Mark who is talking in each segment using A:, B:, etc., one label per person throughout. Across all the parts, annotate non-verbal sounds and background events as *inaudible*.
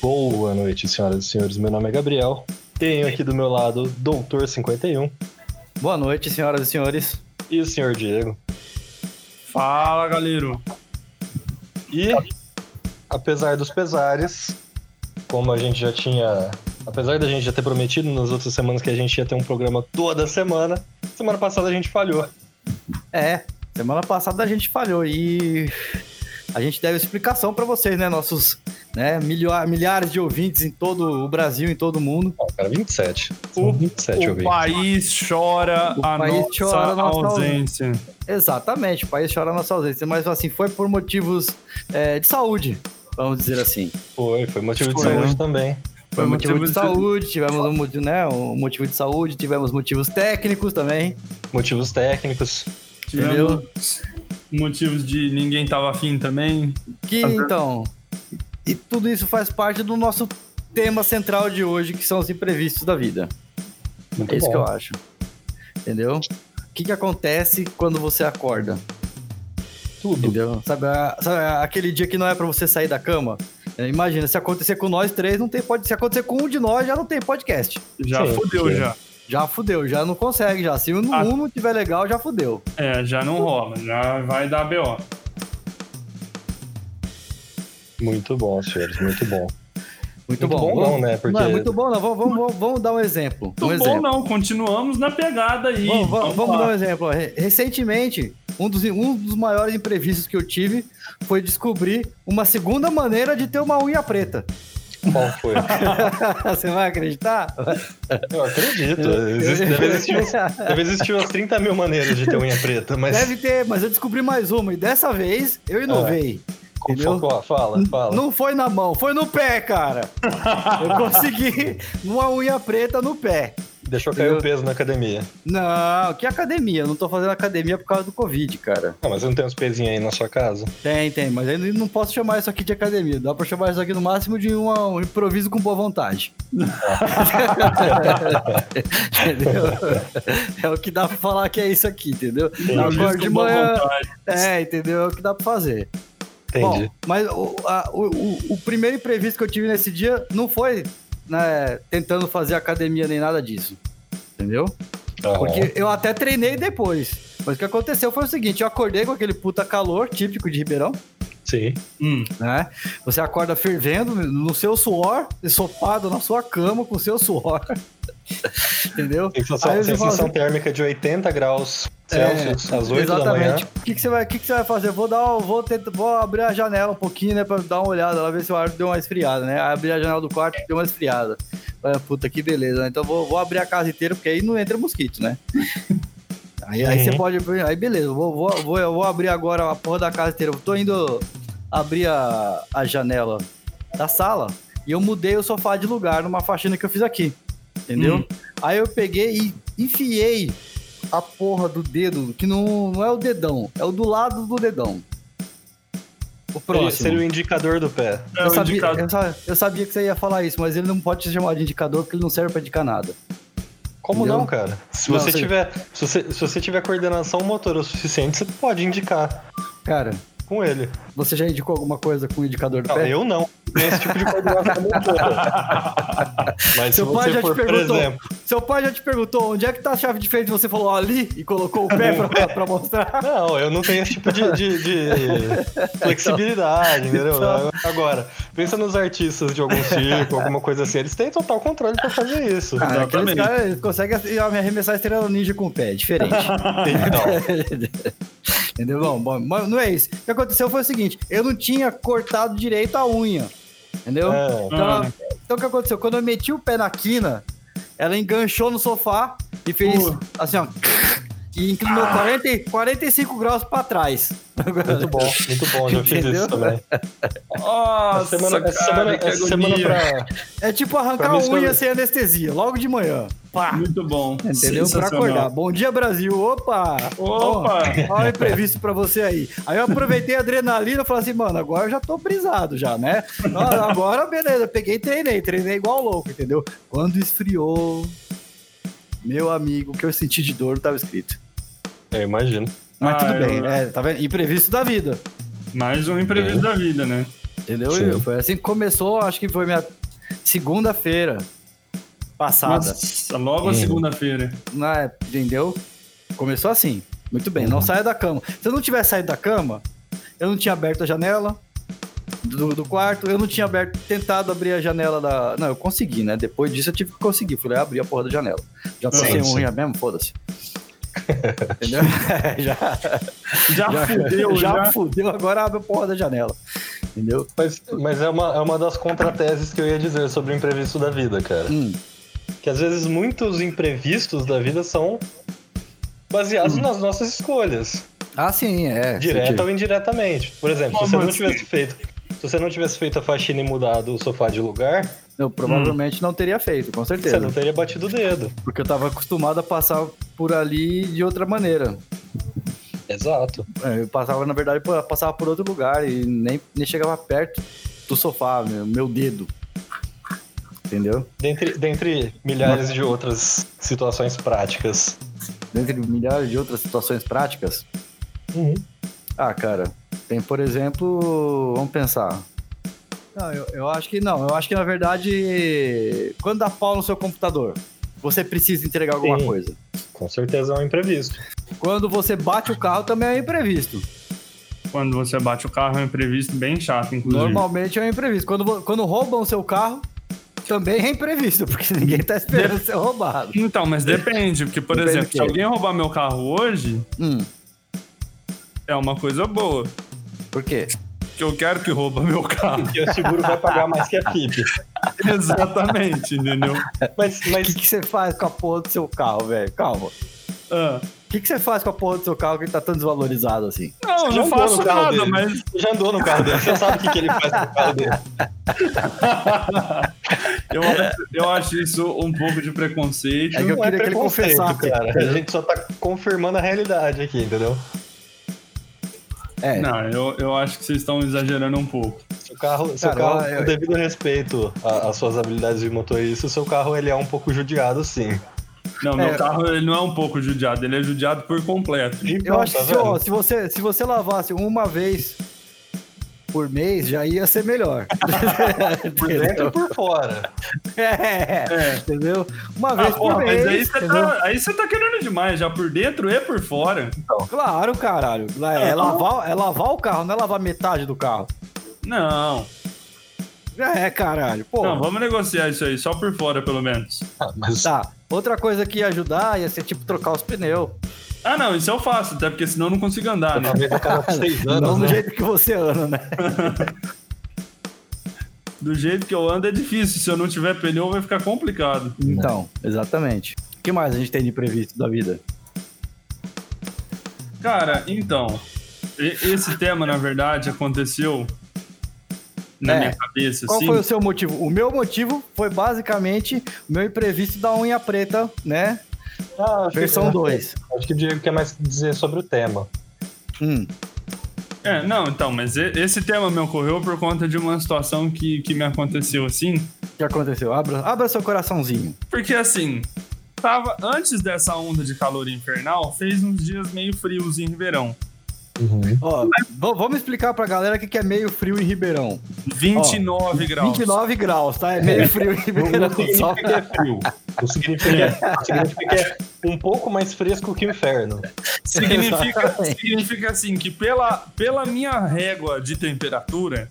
A: Boa noite, senhoras e senhores. Meu nome é Gabriel. Tenho aqui do meu lado Doutor 51
B: Boa noite, senhoras e senhores.
A: e o senhor Diego.
C: Fala, galera.
A: E, apesar dos pesares, como a gente já tinha. Apesar da gente já ter prometido nas outras semanas que a gente ia ter um programa toda semana, semana passada a gente falhou.
B: É, semana passada a gente falhou e a gente deve explicação pra vocês, né, nossos né, milho- milhares de ouvintes em todo o Brasil, em todo o mundo.
A: Ó, cara, 27. São
C: O-
B: É,
A: 27
C: O
A: ouvintes.
C: país chora
B: O
C: a
B: país
C: nossa
B: chora a nossa
C: ausência.
B: Exatamente, o país chora a nossa ausência, mas assim, foi por motivos é, de saúde, vamos dizer assim.
A: Foi, foi motivo de
C: Foi,
A: saúde
C: né?
A: também.
B: Foi motivo, de saúde, tivemos um, motivo, né, um motivo de saúde, tivemos motivos técnicos também,
A: Motivos técnicos.
C: Tivemos né? motivos de ninguém tava afim também.
B: que
C: Tá certo.
B: então... E tudo isso faz parte do nosso tema central de hoje, que são os imprevistos da vida.
A: Muito
B: É isso
A: bom.
B: que eu acho. Entendeu? O que, que acontece quando você acorda?
A: Tudo.
B: Entendeu? Sabe, a- sabe aquele dia que não é pra você sair da cama? É, Imagina, se acontecer com nós três, não tem pode. Se acontecer com um de nós, já não tem podcast.
C: Já
A: Sim,
C: fudeu,
A: porque-
C: já.
B: Já fudeu, já não consegue, já. Se um,
C: Ah.
B: um não tiver legal, já fudeu.
C: É, já não rola. Já vai dar
B: Um
C: BO.
A: Muito bom, senhores, muito bom.
B: Muito, bom.
A: não,
B: Vamos-
A: né? Porque
B: Não, é muito bom, não. Vamos, vamos- vamos- vamos dar um exemplo. Um
C: Muito bom,
B: exemplo.
C: não. Continuamos na pegada aí. Então tá.
B: Vamos, vamos-
C: Vamos
B: vamos
C: lá.
B: dar um exemplo. ó. Re- Recentemente, um dos, um dos maiores imprevistos que eu tive foi descobrir uma segunda maneira de ter uma unha preta.
A: qual foi?
B: *laughs* Você vai acreditar?
A: Eu
B: *laughs*
A: acredito. Existe- deve, existir uns, deve existir umas 30 mil maneiras de ter unha preta, mas.
B: Deve ter, mas eu descobri mais uma. E dessa vez eu inovei.
C: É,
B: entendeu?
A: Fala, fala. fala.
B: Não foi na mão, foi no pé, cara. Eu consegui uma unha preta no pé.
A: Deixou cair o peso na academia.
B: Não, que academia? Eu não tô fazendo academia por causa do Covid, cara.
A: Ah, mas você não tem uns pezinhos aí na sua casa?
B: Tem, tem, mas eu não posso chamar isso aqui de academia. Dá pra chamar isso aqui no máximo de uma- um improviso com boa
C: *laughs*
B: vontade. *laughs* entendeu? É o que dá pra falar que é isso aqui, entendeu? Eu
C: Improviso
B: acordo
C: com
B: de
C: boa
B: manhã.
C: vontade.
B: É, entendeu? É o que dá pra fazer.
A: Entendi.
B: Bom, mas o, a- o- o- o primeiro imprevisto que eu tive nesse dia não foi né, tentando fazer academia nem nada disso. Entendeu?
A: Aham.
B: Porque eu até treinei depois. Mas o que aconteceu foi o seguinte: eu acordei com aquele puta calor típico de Ribeirão,
A: Sim.
C: Hum,
B: né? Você acorda fervendo no seu suor, ensopado na sua cama com o seu suor. *laughs* entendeu?
A: Sensação,
B: Aí você
A: sensação
B: fala assim,
A: térmica de 80 graus
B: É,
A: Celsius tá às 8 da manhã.
B: O que, que, você vai, o que, que você vai fazer? Eu Vou dar, um- vou, tentar, vou abrir a janela um pouquinho, né? Pra dar uma olhada, lá ver se o ar deu uma esfriada, né? Aí Abri a janela do quarto, deu uma esfriada. Falei, puta, que beleza, né? Então vou, vou abrir a casa inteira, porque aí não entra
A: *laughs*
B: mosquito, né? Aí, aí
A: Uhum.
B: você pode. Aí beleza, vou, vou, vou, eu vou abrir agora a porra da casa inteira. Eu tô indo abrir a, a janela da sala e eu mudei o sofá de lugar numa faxina que eu fiz aqui. Entendeu?
C: Hum.
B: Aí eu peguei e enfiei a porra do dedo, que não, não é o dedão, é o do lado do dedão. O
A: Seria,
B: próximo.
A: seria o indicador do pé.
C: é
B: eu,
C: o
B: sabia,
C: indicado.
B: eu sa- eu sabia que você ia falar isso, mas ele não pode se chamar de indicador porque ele não serve pra indicar nada.
A: Como
B: Entendeu?
A: não, cara? Se
B: Não,
A: você,
B: você-
A: tiver, se, você, se você tiver coordenação motora o suficiente, você pode indicar
B: Cara,
A: com ele.
B: você já indicou alguma coisa com o indicador do
A: Não,
B: pé?
A: eu não. Tem esse tipo de coordenação
B: *laughs*
A: motora. Mas se
B: Seu pai
A: você
B: já te
A: for, por
B: perguntou.
A: exemplo.
B: Seu pai já te perguntou onde é que tá a chave de fenda e você falou ali e colocou o pé pra,
A: *laughs*
B: pra mostrar.
A: Não, eu não tenho esse tipo de, de-
B: *laughs*
A: de flexibilidade, entendeu?
B: Então.
A: Agora, pensa nos artistas de algum circo, alguma coisa assim. Eles têm total controle pra fazer isso.
B: Então, Cara, aqueles
C: Exatamente.
B: caras eles conseguem assim, ó, me arremessar a estrela ninja com o pé, é diferente.
A: Então,
B: *laughs* Entendeu? Bom, bom, mas não é isso. O que aconteceu foi o seguinte: eu não tinha cortado direito a unha. Entendeu?
A: é,
B: Então, ela- então o que aconteceu? Quando eu meti o pé na quina, ela enganchou no sofá e fez
C: Uh.
B: assim, ó. E inclinou 40, e- 45 graus pra trás.
A: muito bom, muito bom. Já fiz
B: Entendeu?
A: isso também.
C: Nossa,
A: Essa semana, essa semana,
C: cara, que
A: essa semana
C: agonia.
A: pra.
B: É tipo arrancar
A: Pra
B: a
A: mim, isso
B: unha
A: é-
B: sem anestesia, logo de manhã. Pá!
C: Muito bom.
B: Entendeu? Pra
C: Sensacional.
B: acordar. Bom dia, Brasil. Opa!
C: Opa!
B: Olha o imprevisto pra você aí. Aí eu aproveitei a adrenalina e falei assim, mano, agora eu já tô brisado já, né? Ah, Agora, beleza, peguei e treinei, treinei igual louco, entendeu? Quando esfriou, meu amigo, o que eu senti de dor não tava escrito.
A: Eu É, imagino.
B: Mas
C: Ah,
B: tudo é,
C: eu-
B: bem, né? Tá vendo? Imprevisto da vida.
C: Mais um imprevisto da vida, né?
B: Entendeu?
A: Sim.
B: E Foi assim que começou, acho que foi minha segunda-feira passada.
C: Nossa,
B: É.
C: logo
A: Hum.
C: a segunda-feira.
B: Na, né, entendeu? Começou assim. Muito bem,
A: Uhum.
B: não saia da cama. Se eu não tivesse saído da cama, eu não tinha aberto a janela do, do quarto, eu não tinha aberto, tentado abrir a janela da. Não, eu consegui, né? Depois disso eu tive que conseguir. Falei, abri a porra da janela. Já tô
A: Sim,
B: sem
A: sim.
B: unha
A: *laughs*
B: mesmo, foda-se. Entendeu? *laughs* já,
C: Já,
B: já,
C: fudeu, já.
B: já fudeu, agora abre a porra da janela. Entendeu?
A: Mas, mas é, uma, é uma das contrateses que eu ia dizer sobre o imprevisto da vida, cara.
B: Hum.
A: Que às vezes muitos imprevistos da vida são baseados
C: Hum.
A: nas nossas escolhas,
B: Ah, sim, é.
A: direta ou indiretamente. Por exemplo, se
C: Como
A: você não
C: assim?
A: tivesse feito, se você não tivesse feito a faxina e mudado o sofá de lugar,
B: Eu provavelmente não teria feito, com
A: Hum. você
B: certeza.
A: não teria batido o dedo.
B: Porque eu tava acostumado a passar por ali de outra maneira.
A: Exato.
B: É, Eu passava, na verdade, por- passava por outro lugar e nem, nem chegava perto do sofá, meu, meu dedo. Entendeu?
A: Dentre, dentre milhares de outras situações práticas.
B: Dentre milhares de outras situações práticas. Ah, cara, tem, por exemplo, vamos pensar. Não, eu, eu acho que não. Eu acho que, na verdade, quando dá pau no seu computador, você precisa entregar alguma
A: Sim.
B: coisa.
A: Com certeza é um imprevisto.
B: Quando você bate o carro, também é imprevisto.
C: Quando você bate o carro é um imprevisto bem chato, inclusive.
B: Normalmente é um imprevisto. Quando, vo- quando roubam o seu carro, também é imprevisto, *laughs* porque ninguém tá esperando ser roubado.
C: Então, mas depende, porque, por
B: Depende do
C: exemplo,
B: quê?
C: se alguém roubar meu carro hoje,
B: Hum,
C: é uma coisa boa.
B: por quê?
C: Que eu quero que rouba meu carro.
A: E o seguro vai pagar mais que a FIP.
C: Exatamente, entendeu?
A: Mas,
B: O que,
A: mas
B: que você faz com a porra do seu carro, velho? Calma. O
C: Ah.
B: que, que você faz com a porra do seu carro que tá tão desvalorizado assim?
C: Não, eu
A: Já
C: não
A: andou
C: faço
A: no carro
C: nada,
A: dele.
C: mas
A: você já andou no carro dele, você sabe o que, que ele faz no carro dele.
C: eu acho, eu acho isso um pouco de preconceito.
B: É que eu
A: Não
B: queria que ele
A: preconceito,
B: confessasse.
A: cara. A gente só tá confirmando a realidade aqui, entendeu?
B: É,
C: Não, eu, eu acho que vocês estão exagerando um pouco.
A: Seu carro, seu
B: Cara,
A: carro
B: eu-
A: com devido respeito a- às suas habilidades de motorista, seu carro ele é um pouco judiado, sim.
C: Não,
B: É.
C: meu carro ele não é um pouco judiado, ele é judiado por completo.
B: eu
A: Então,
B: acho
A: tá
B: que se, ó,
A: vendo?
B: se, você, se você lavasse uma vez por mês, já ia ser
C: *laughs*
B: melhor.
A: por dentro e por fora.
B: *laughs* é,
C: É.
B: entendeu? Uma
C: Ah,
B: vez por
C: porra,
B: mês.
C: mas aí você,
B: entendeu?
C: tá, aí você tá querendo demais, já por dentro e por fora.
B: Claro, caralho. É, é
C: Não.
B: lavar, é lavar o carro, não é lavar metade do carro.
C: Não,
B: É, caralho. Pô,
C: não, vamos negociar isso aí, só por fora, pelo menos.
A: Ah, mas
B: tá. Outra coisa que ia ajudar ia ser, tipo, trocar os pneus.
C: Ah, não, isso eu faço, até porque senão eu não consigo andar, né?
A: talvez a cada seis anos,
B: não do
A: né?
B: jeito que você anda, né?
C: Do jeito que eu ando é difícil, se eu não tiver pneu vai ficar complicado.
B: Então, exatamente. O que mais a gente tem de imprevisto da vida?
C: Cara, então, e- esse tema, na verdade, aconteceu na
B: É.
C: minha cabeça,
B: Qual
C: assim.
B: foi o seu motivo? O meu motivo foi basicamente o meu imprevisto da unha preta, né?
A: Ah, acho que- *laughs*
B: Versão 2.
A: Acho que o Diego quer mais dizer sobre o tema.
B: Hum,
C: É, não, então, mas e- esse tema me ocorreu por conta de uma situação que, que me aconteceu, assim.
B: o que aconteceu? Abra, abra seu coraçãozinho.
C: Porque assim, tava antes dessa onda de calor infernal, fez uns dias meio frios em Ribeirão.
A: Uhum.
B: Ó, v- vamos explicar pra galera o que que é meio frio em Ribeirão.
C: 29 graus.
B: 29 graus, tá? É meio frio em
A: Não,
B: Ribeirão.
A: não
B: Só...
A: significa que é frio.
B: *laughs*
A: Não significa, significa que é um pouco mais fresco que o inferno.
C: Significa,
B: Exatamente.
C: significa assim que pela, pela minha régua de temperatura,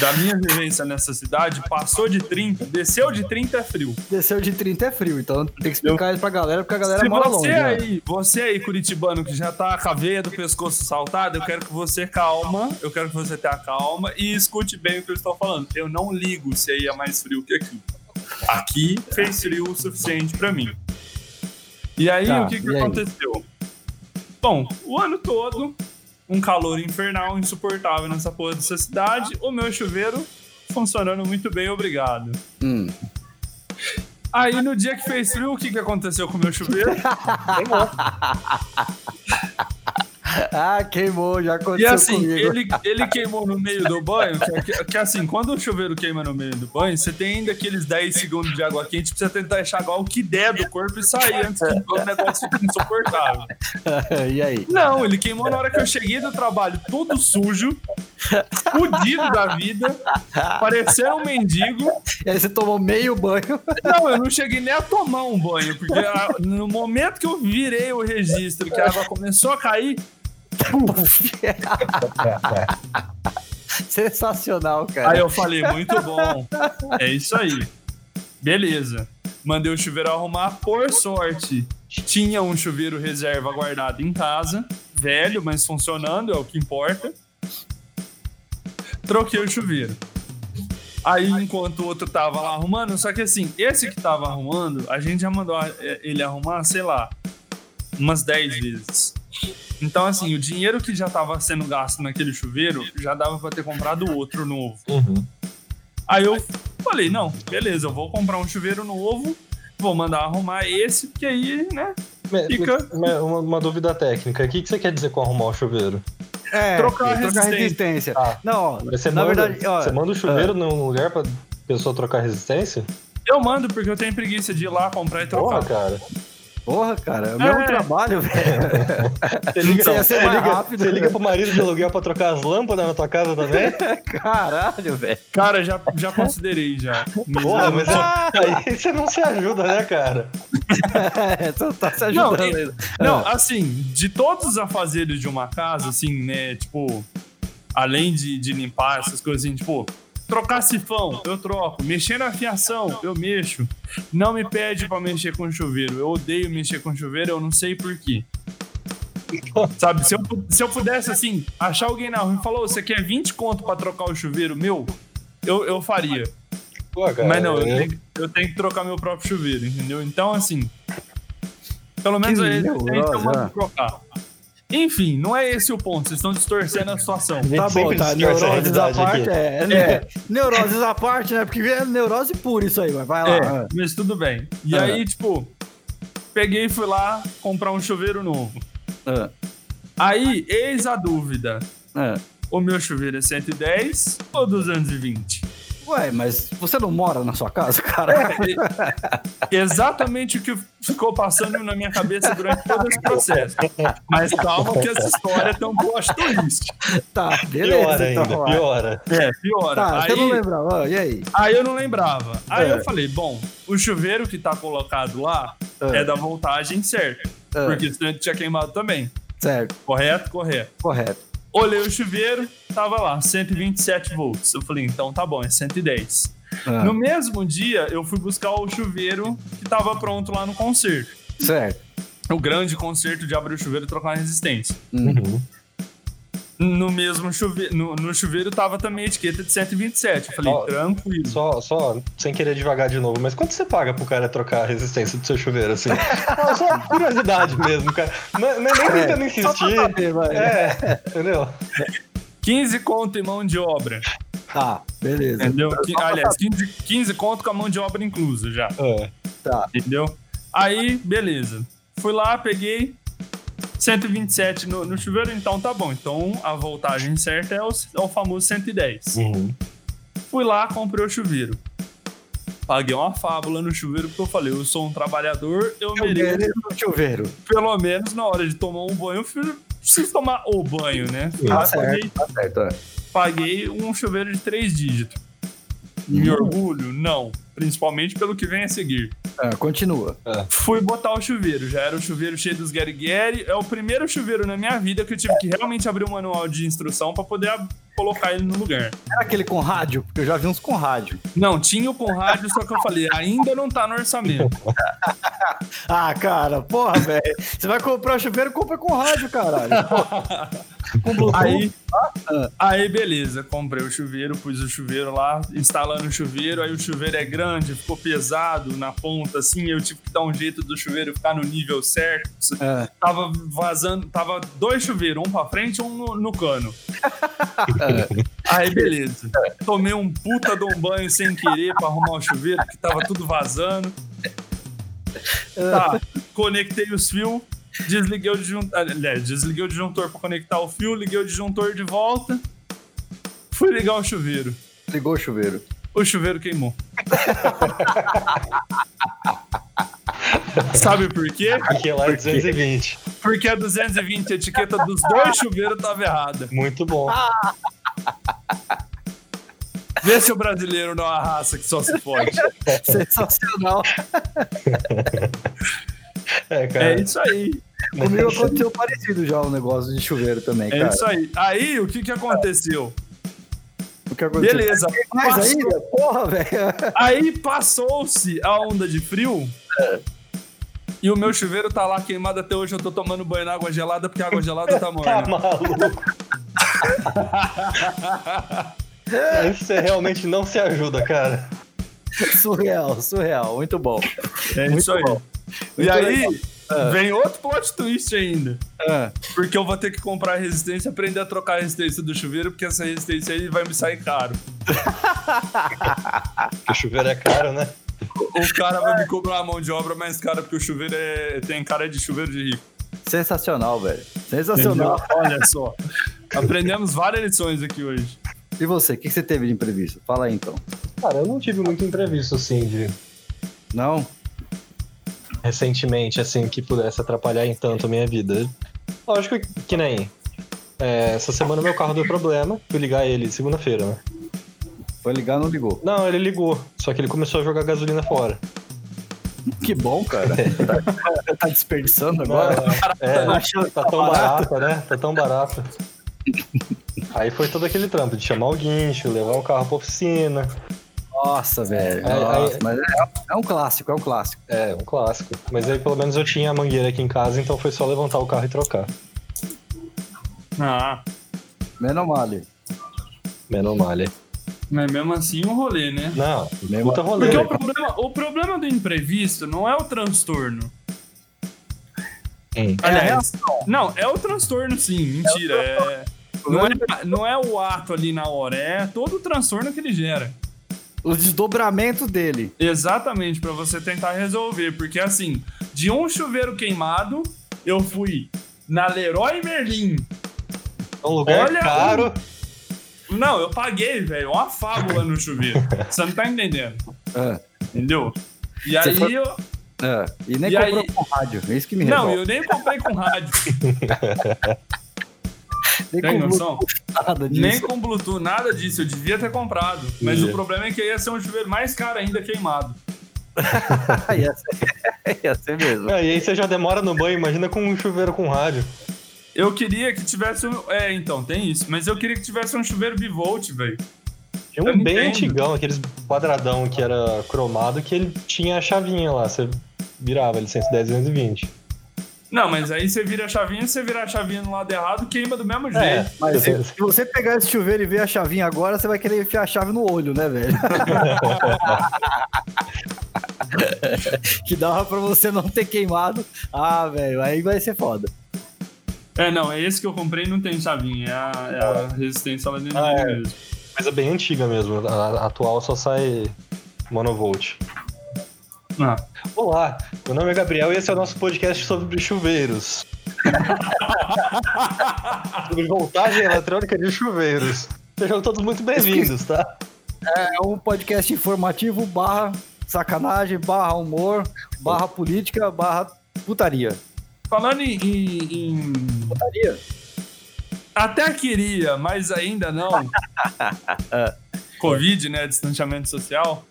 C: da minha vivência nessa cidade, passou de 30, desceu de 30 é frio.
B: Desceu de 30 é frio, então tem que explicar isso pra galera, porque a galera
C: Se
B: mora
C: você
B: longe. né?
C: aí, você aí, curitibano, que já tá com a veia do pescoço saltada, eu quero que você calma, eu quero que você tenha calma e escute bem o que eu estou falando. Eu não ligo se aí é mais frio que aqui. Aqui fez frio o suficiente pra mim. E aí,
B: Tá,
C: o que, que
B: e aí?
C: aconteceu? Bom, o ano todo, um calor infernal insuportável nessa porra dessa cidade, o meu chuveiro funcionando muito bem, obrigado.
B: Hum.
C: Aí no dia que fez frio, o que, que aconteceu com o meu chuveiro?
B: *laughs* Ah, queimou, já
C: E
B: aconteceu
C: assim,
B: comigo.
C: ele, ele queimou no meio do banho, que, que- que assim, quando o chuveiro queima no meio do banho, você tem ainda aqueles 10 segundos de água quente pra você tentar enxaguar o que der do corpo e sair antes que o negócio fique insuportável.
B: *laughs* e aí?
C: Não, ele queimou na hora que eu cheguei do trabalho, todo sujo, fudido da vida, parecendo um mendigo.
B: E aí você tomou meio banho. *laughs*
C: Não, eu não cheguei nem a tomar um banho, porque a- no momento que eu virei o registro, que a água começou a cair,
B: Tá
A: *laughs*
B: Sensacional, cara.
C: aí eu falei, muito bom. É isso aí. Beleza. Mandei o chuveiro arrumar, por sorte. Tinha um chuveiro reserva guardado em casa, velho, mas funcionando, é o que importa. Troquei o chuveiro. Aí, enquanto o outro tava lá arrumando, só que assim, esse que tava arrumando, a gente já mandou a- ele arrumar, sei lá, umas 10 vezes. Então, assim, o dinheiro que já tava sendo gasto naquele chuveiro, já dava pra ter comprado outro novo.
A: Uhum.
C: Aí eu falei, não, beleza, eu vou comprar um chuveiro novo, vou mandar arrumar esse, porque aí, né,
A: Me- me-
C: Fica.
A: me- uma, uma dúvida técnica. O que, que você quer dizer com arrumar o chuveiro?
B: É,
C: trocar a
B: trocar
C: resistência.
B: resistência.
A: Ah.
B: Não, ó,
A: Você,
B: na
A: manda,
B: verdade, ó, ah.
A: você manda o chuveiro num lugar pra pessoa trocar resistência?
C: eu mando porque eu tenho preguiça de ir lá comprar e trocar.
A: Porra, cara.
B: porra, cara, é o mesmo
C: É.
B: trabalho, *laughs* velho.
A: Você liga,
B: Isso ia
A: *laughs*
B: ser
A: você
B: mais
A: liga-
B: rápido,
A: você
B: né?
A: liga pro marido de aluguel pra trocar as lâmpadas na tua casa
B: *laughs*
A: também?
B: Caralho, velho. *laughs*
C: Cara, já, já considerei já. Mas
A: Porra,
C: eu
A: mas
C: sou-
A: aí você não se ajuda, né, cara?
B: É, tu tá se
C: Não,
B: ajudando ainda.
C: Não,
B: É.
C: assim, de todos os afazeres de uma casa, assim, né, tipo, além de, de limpar essas coisas, assim, tipo, trocar sifão, eu troco, mexer na fiação, eu mexo. Não me pede pra mexer com chuveiro, eu odeio mexer com chuveiro, eu não sei porquê. Sabe, se eu, pu- se eu pudesse, assim, achar alguém na rua e falar, "Ô, você quer 20 conto pra trocar o chuveiro meu? Eu, eu faria.
A: Pô, cara.
C: Mas não, eu
A: eu-
C: tenho, eu tenho que trocar meu próprio chuveiro, entendeu? Então, assim. Pelo menos é
B: Que ah.
C: aí
B: neurosa.
C: eu mando trocar. Enfim, não é esse o ponto. Vocês estão distorcendo a situação.
A: gente
B: Tá bom,
A: sempre
B: tá.
A: distorce a
B: Neuroses à
A: realidade
B: parte,
A: aqui.
B: é,
C: É.
B: Neuroses à parte, né? Porque é neurose pura isso aí, mas vai lá.
C: É, mas tudo bem. E
B: Ah.
C: aí, tipo, peguei e fui lá comprar um chuveiro novo.
B: Ah,
C: Aí, eis a dúvida.
B: ah.
C: O meu chuveiro é 110 ou 220?
B: Ué, mas você não mora na sua casa,
C: É.
B: cara?
C: Exatamente o que ficou passando na minha cabeça durante todo esse processo. Mas calma que essa história tem um plot twist.
B: Tá,
A: Piora
B: beleza. então,
A: ainda,
B: vai.
A: piora.
C: É, piora.
B: Tá,
C: aí,
B: você não lembrava. ah, E aí?
C: aí eu não lembrava. Aí
B: É.
C: eu falei, bom, o chuveiro que tá colocado lá é,
B: É.
C: da voltagem certa.
B: É.
C: Porque senão ele tinha queimado também.
B: Certo,
C: Correto? Correto.
B: correto.
C: Olhei o chuveiro, tava lá, 127 volts. Eu falei, então tá bom, é 110.
B: Ah,
C: No mesmo dia, eu fui buscar o chuveiro que tava pronto lá no concerto.
B: Certo.
C: O grande concerto de abrir o chuveiro e trocar a resistência.
A: Uhum.
C: No mesmo chuveiro, no, no chuveiro tava também a etiqueta de 127. Eu falei,
A: Ó,
C: tranquilo.
A: Só, só, sem querer devagar de novo, mas quanto você paga pro cara trocar a resistência do seu chuveiro, assim?
B: *laughs*
A: Não, só curiosidade mesmo, cara. Não, não, nem tentando
B: É, Só pra
A: insistir.
B: saber, né? vai.
A: É, entendeu?
C: 15 conto em mão de obra.
A: É.
B: Tá, beleza.
C: Entendeu? Que- aliás, 15, 15 conto com a mão de obra inclusa já,
A: É.
B: Tá.
C: entendeu? Aí, beleza. Fui lá, peguei 127 no, no chuveiro, então tá bom. Então a voltagem certa é o, é o famoso 110.
A: Uhum.
C: Fui lá, comprei o chuveiro. Paguei uma fábula no chuveiro, porque eu falei, eu sou um trabalhador, eu
B: Eu
C: mereço,
B: mereço um chuveiro.
C: pelo menos na hora de tomar um banho, eu fui- preciso tomar o banho, né? Fui
A: Tá
C: lá,
B: certo.
C: paguei,
B: Tá certo, é.
C: paguei um chuveiro de três dígitos. Me orgulho? Não. Principalmente pelo que vem a seguir.
B: Ah, continua.
C: Fui botar o chuveiro. Já era o chuveiro cheio dos Gary Gary. É o primeiro chuveiro na minha vida que eu tive que realmente abrir o manual de instrução pra poder ab- colocar ele no lugar.
B: Era aquele com rádio? Porque eu já vi uns com rádio.
C: Não, tinha o com rádio, só que eu falei, ainda não tá no orçamento.
B: Ah, cara, porra, *laughs* velho. Você vai comprar o chuveiro, compra com rádio,
C: *laughs*
B: caralho. com Bluetooth.
C: Aí, aí, beleza, comprei o chuveiro, pus o chuveiro lá, instalando o chuveiro. Aí o chuveiro é grande, ficou pesado na ponta, assim. Eu tive que dar um jeito do chuveiro ficar no nível certo.
B: É.
C: Tava vazando, tava dois chuveiros, um pra frente e um no, no cano. Aí, beleza. Tomei um puta de um banho sem querer pra arrumar o chuveiro, que tava tudo vazando. Tá, conectei os fios, desliguei o disjuntor. Aliás, desliguei o disjuntor pra conectar o fio, liguei o disjuntor de volta. Fui ligar o chuveiro.
B: Ligou o chuveiro.
C: O chuveiro queimou. Sabe por quê?
A: Aqui é lá 220.
B: Ah,
C: Porque a 220, a etiqueta dos dois chuveiros tava errada.
A: Muito bom.
C: Vê se o brasileiro não é uma raça que só se fode.
B: Sensacional.
A: É,
C: É
A: cara.
C: isso aí.
B: Comigo aconteceu parecido já um negócio de chuveiro também,
C: É
B: cara.
C: isso aí. Aí, o que que aconteceu?
B: O que aconteceu?
C: Beleza.
B: Mas
C: passou-
B: ainda, porra, velho. *laughs*
C: Aí passou-se a onda de frio. E o meu chuveiro tá lá queimado até hoje. Eu tô tomando banho na água gelada porque a água gelada tá
A: Tá
C: morna.
A: *laughs* maluco. Aí Você é realmente não se ajuda, cara.
B: Surreal, surreal. Muito bom.
C: É
B: Muito
C: isso aí.
B: bom.
C: E
B: Muito
C: aí,
B: Ah.
C: vem outro plot twist ainda.
B: Ah,
C: Porque eu vou ter que comprar a resistência, aprender a trocar a resistência do chuveiro, porque essa resistência aí vai me sair caro.
A: Porque o chuveiro é caro, né?
C: O cara vai me cobrar a mão de obra mais cara, porque o chuveiro é- tem cara de chuveiro de rico.
B: sensacional, velho.
C: Entendeu?
B: Sensacional.
C: Olha só. Aprendemos várias lições aqui hoje.
B: E você, o que que você teve de imprevisto? Fala aí então.
A: Cara, eu não tive muito imprevisto, assim, de
B: Não?
A: recentemente, assim, que pudesse atrapalhar em tanto a minha vida. Lógico que nem. é, essa semana meu carro deu problema, fui ligar ele segunda-feira, né?
B: Foi ligar, não ligou.
A: Não, ele ligou, só que ele começou a jogar gasolina fora.
B: Que bom, cara. *laughs* tá, tá desperdiçando agora.
A: É,
B: Tá achando
A: tá tão barato, né? Tá tão barato. Aí foi todo aquele trampo de chamar o guincho, levar o carro pra oficina.
B: Nossa, velho.
A: Aí-
B: Nossa,
A: aí-
B: mas é, é um clássico, é um clássico.
A: É, um clássico. Mas aí pelo menos eu tinha a mangueira aqui em casa, então foi só levantar o carro e trocar.
C: Ah,
B: Menos mal. ali.
A: Menos malha.
C: mas mesmo assim um rolê, né?
A: Não,
B: Menos
A: puta rolê.
C: Porque o problema, o problema do imprevisto não é o transtorno.
A: Hum.
B: É a
C: Aliás, não, é o transtorno sim, mentira. É não, é, não é o ato ali na hora, é todo o transtorno que ele gera.
B: O desdobramento dele.
C: Exatamente, pra você tentar resolver. Porque assim, de um chuveiro queimado, eu fui na Leroy Merlin.
A: É um lugar
C: Olha
A: caro.
C: Não, eu paguei, velho, uma fábula no chuveiro. Você não tá entendendo,
B: Ah,
C: entendeu? E aí
B: foi-
C: eu.
B: ah. E nem
C: E
B: comprou
C: aí-
B: com rádio. É isso que me
C: Não,
B: revolta.
C: eu nem comprei com rádio.
B: Nem
C: Tem
B: comprou
C: noção?
B: nada disso.
C: Nem com Bluetooth, nada disso. Eu devia ter comprado. Mas
A: Devia.
C: o problema é que ia ser um chuveiro mais caro ainda queimado.
B: Ah, *laughs* ia, ser, *laughs* ia ser mesmo.
A: Não, e *laughs* aí você já demora no banho, imagina com um chuveiro com rádio.
C: Eu queria que tivesse um. É, então, tem isso. Mas eu queria que tivesse um chuveiro bivolt, velho.
A: Tinha
C: Eu
A: um bem
C: entendo.
A: antigão, aqueles quadradão que era cromado, que ele tinha a chavinha lá, você virava ele 110, 220.
C: Não, mas aí você vira a chavinha, se você virar a chavinha no lado errado, queima do mesmo
A: É,
C: jeito.
B: Mas
A: eu-
B: se, se você pegar esse chuveiro e ver a chavinha agora, você vai querer enfiar a chave no olho, né, velho? que dava pra você não ter queimado. Ah, velho, aí vai ser foda.
C: É, não, é esse que eu comprei não tem chavinha. É a, é a resistência lá dentro
A: Ah, é.
C: mesmo.
A: mas é bem antiga mesmo, a, a atual só sai monovolt.
C: Ah.
A: Olá, meu nome é Gabriel e esse é o nosso podcast sobre *laughs* chuveiros. sobre voltagem eletrônica de chuveiros. Sejam todos muito bem-vindos, tá?
B: É um podcast informativo barra sacanagem, barra humor, barra política, barra putaria.
C: Falando em- em- em
B: Putaria?
C: Até queria, mas ainda não.
A: *laughs* É.
C: Covid, né? Distanciamento social.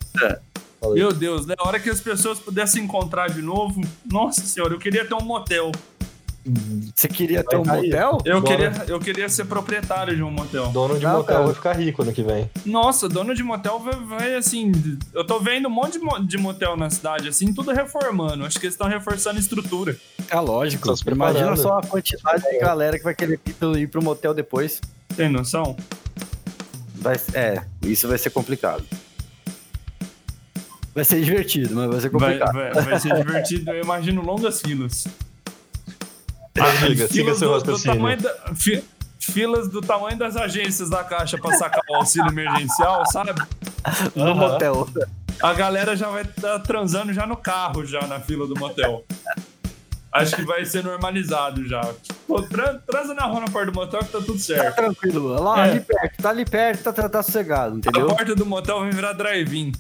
A: Fala aí.
C: Meu Deus, né? A hora que as pessoas pudessem encontrar de novo, nossa senhora, eu queria ter um motel.
B: Você queria ter um
A: Vai cair.
B: motel?
C: Eu,
A: Bora.
C: queria, eu queria ser proprietário de um motel.
A: Dono de
B: Não,
A: motel
B: cara.
A: vai ficar rico ano que vem.
C: Nossa, dono de motel vai, vai, assim. Eu tô vendo um monte de mo- de motel na cidade, assim, tudo reformando. Acho que eles estão reforçando a estrutura.
B: É lógico.
A: Tá se preparando.
B: Imagina só a quantidade de galera que vai querer ir pro- ir pro motel depois.
C: Tem noção?
B: Vai, é, isso vai ser complicado. Vai ser divertido, mas vai ser
C: Vai,
B: complicado.
C: vai- vai ser divertido, eu imagino longas filas.
A: Diga, siga
C: filas
A: seu
C: do, do
A: raciocínio.
C: tamanho da- fi- filas do tamanho das agências da Caixa pra sacar o auxílio emergencial, sabe?
B: Tá No
A: Aham.
B: motel.
C: A galera já vai estar transando já no carro, já na fila do motel. Acho que vai ser normalizado já. Pô, tran- transa na rua na porta do motel que tá tudo
B: Tá
C: certo.
B: tranquilo. Lá,
C: É.
B: ali perto, tá ali perto, tá, tá, tá sossegado,
C: A
B: entendeu?
C: porta do motel vai virar drive-in.
A: *laughs*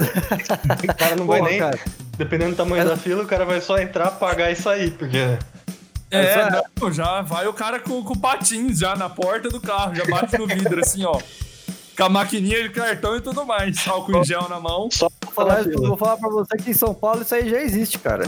A: O cara não vai
B: Porra,
A: nem.
B: cara.
A: Dependendo do tamanho da fila, o cara vai só entrar, pagar e sair, porque.
C: É,
B: Essa-
C: *laughs* não, já vai o cara com, com patins já na porta do carro, já bate no vidro assim, ó. com a maquininha de cartão e tudo mais. Álcool em gel na mão.
A: Só pra
B: Vou falar,
A: falar
B: eu vou falar pra você que em São Paulo isso aí já existe,
C: *laughs*
B: cara.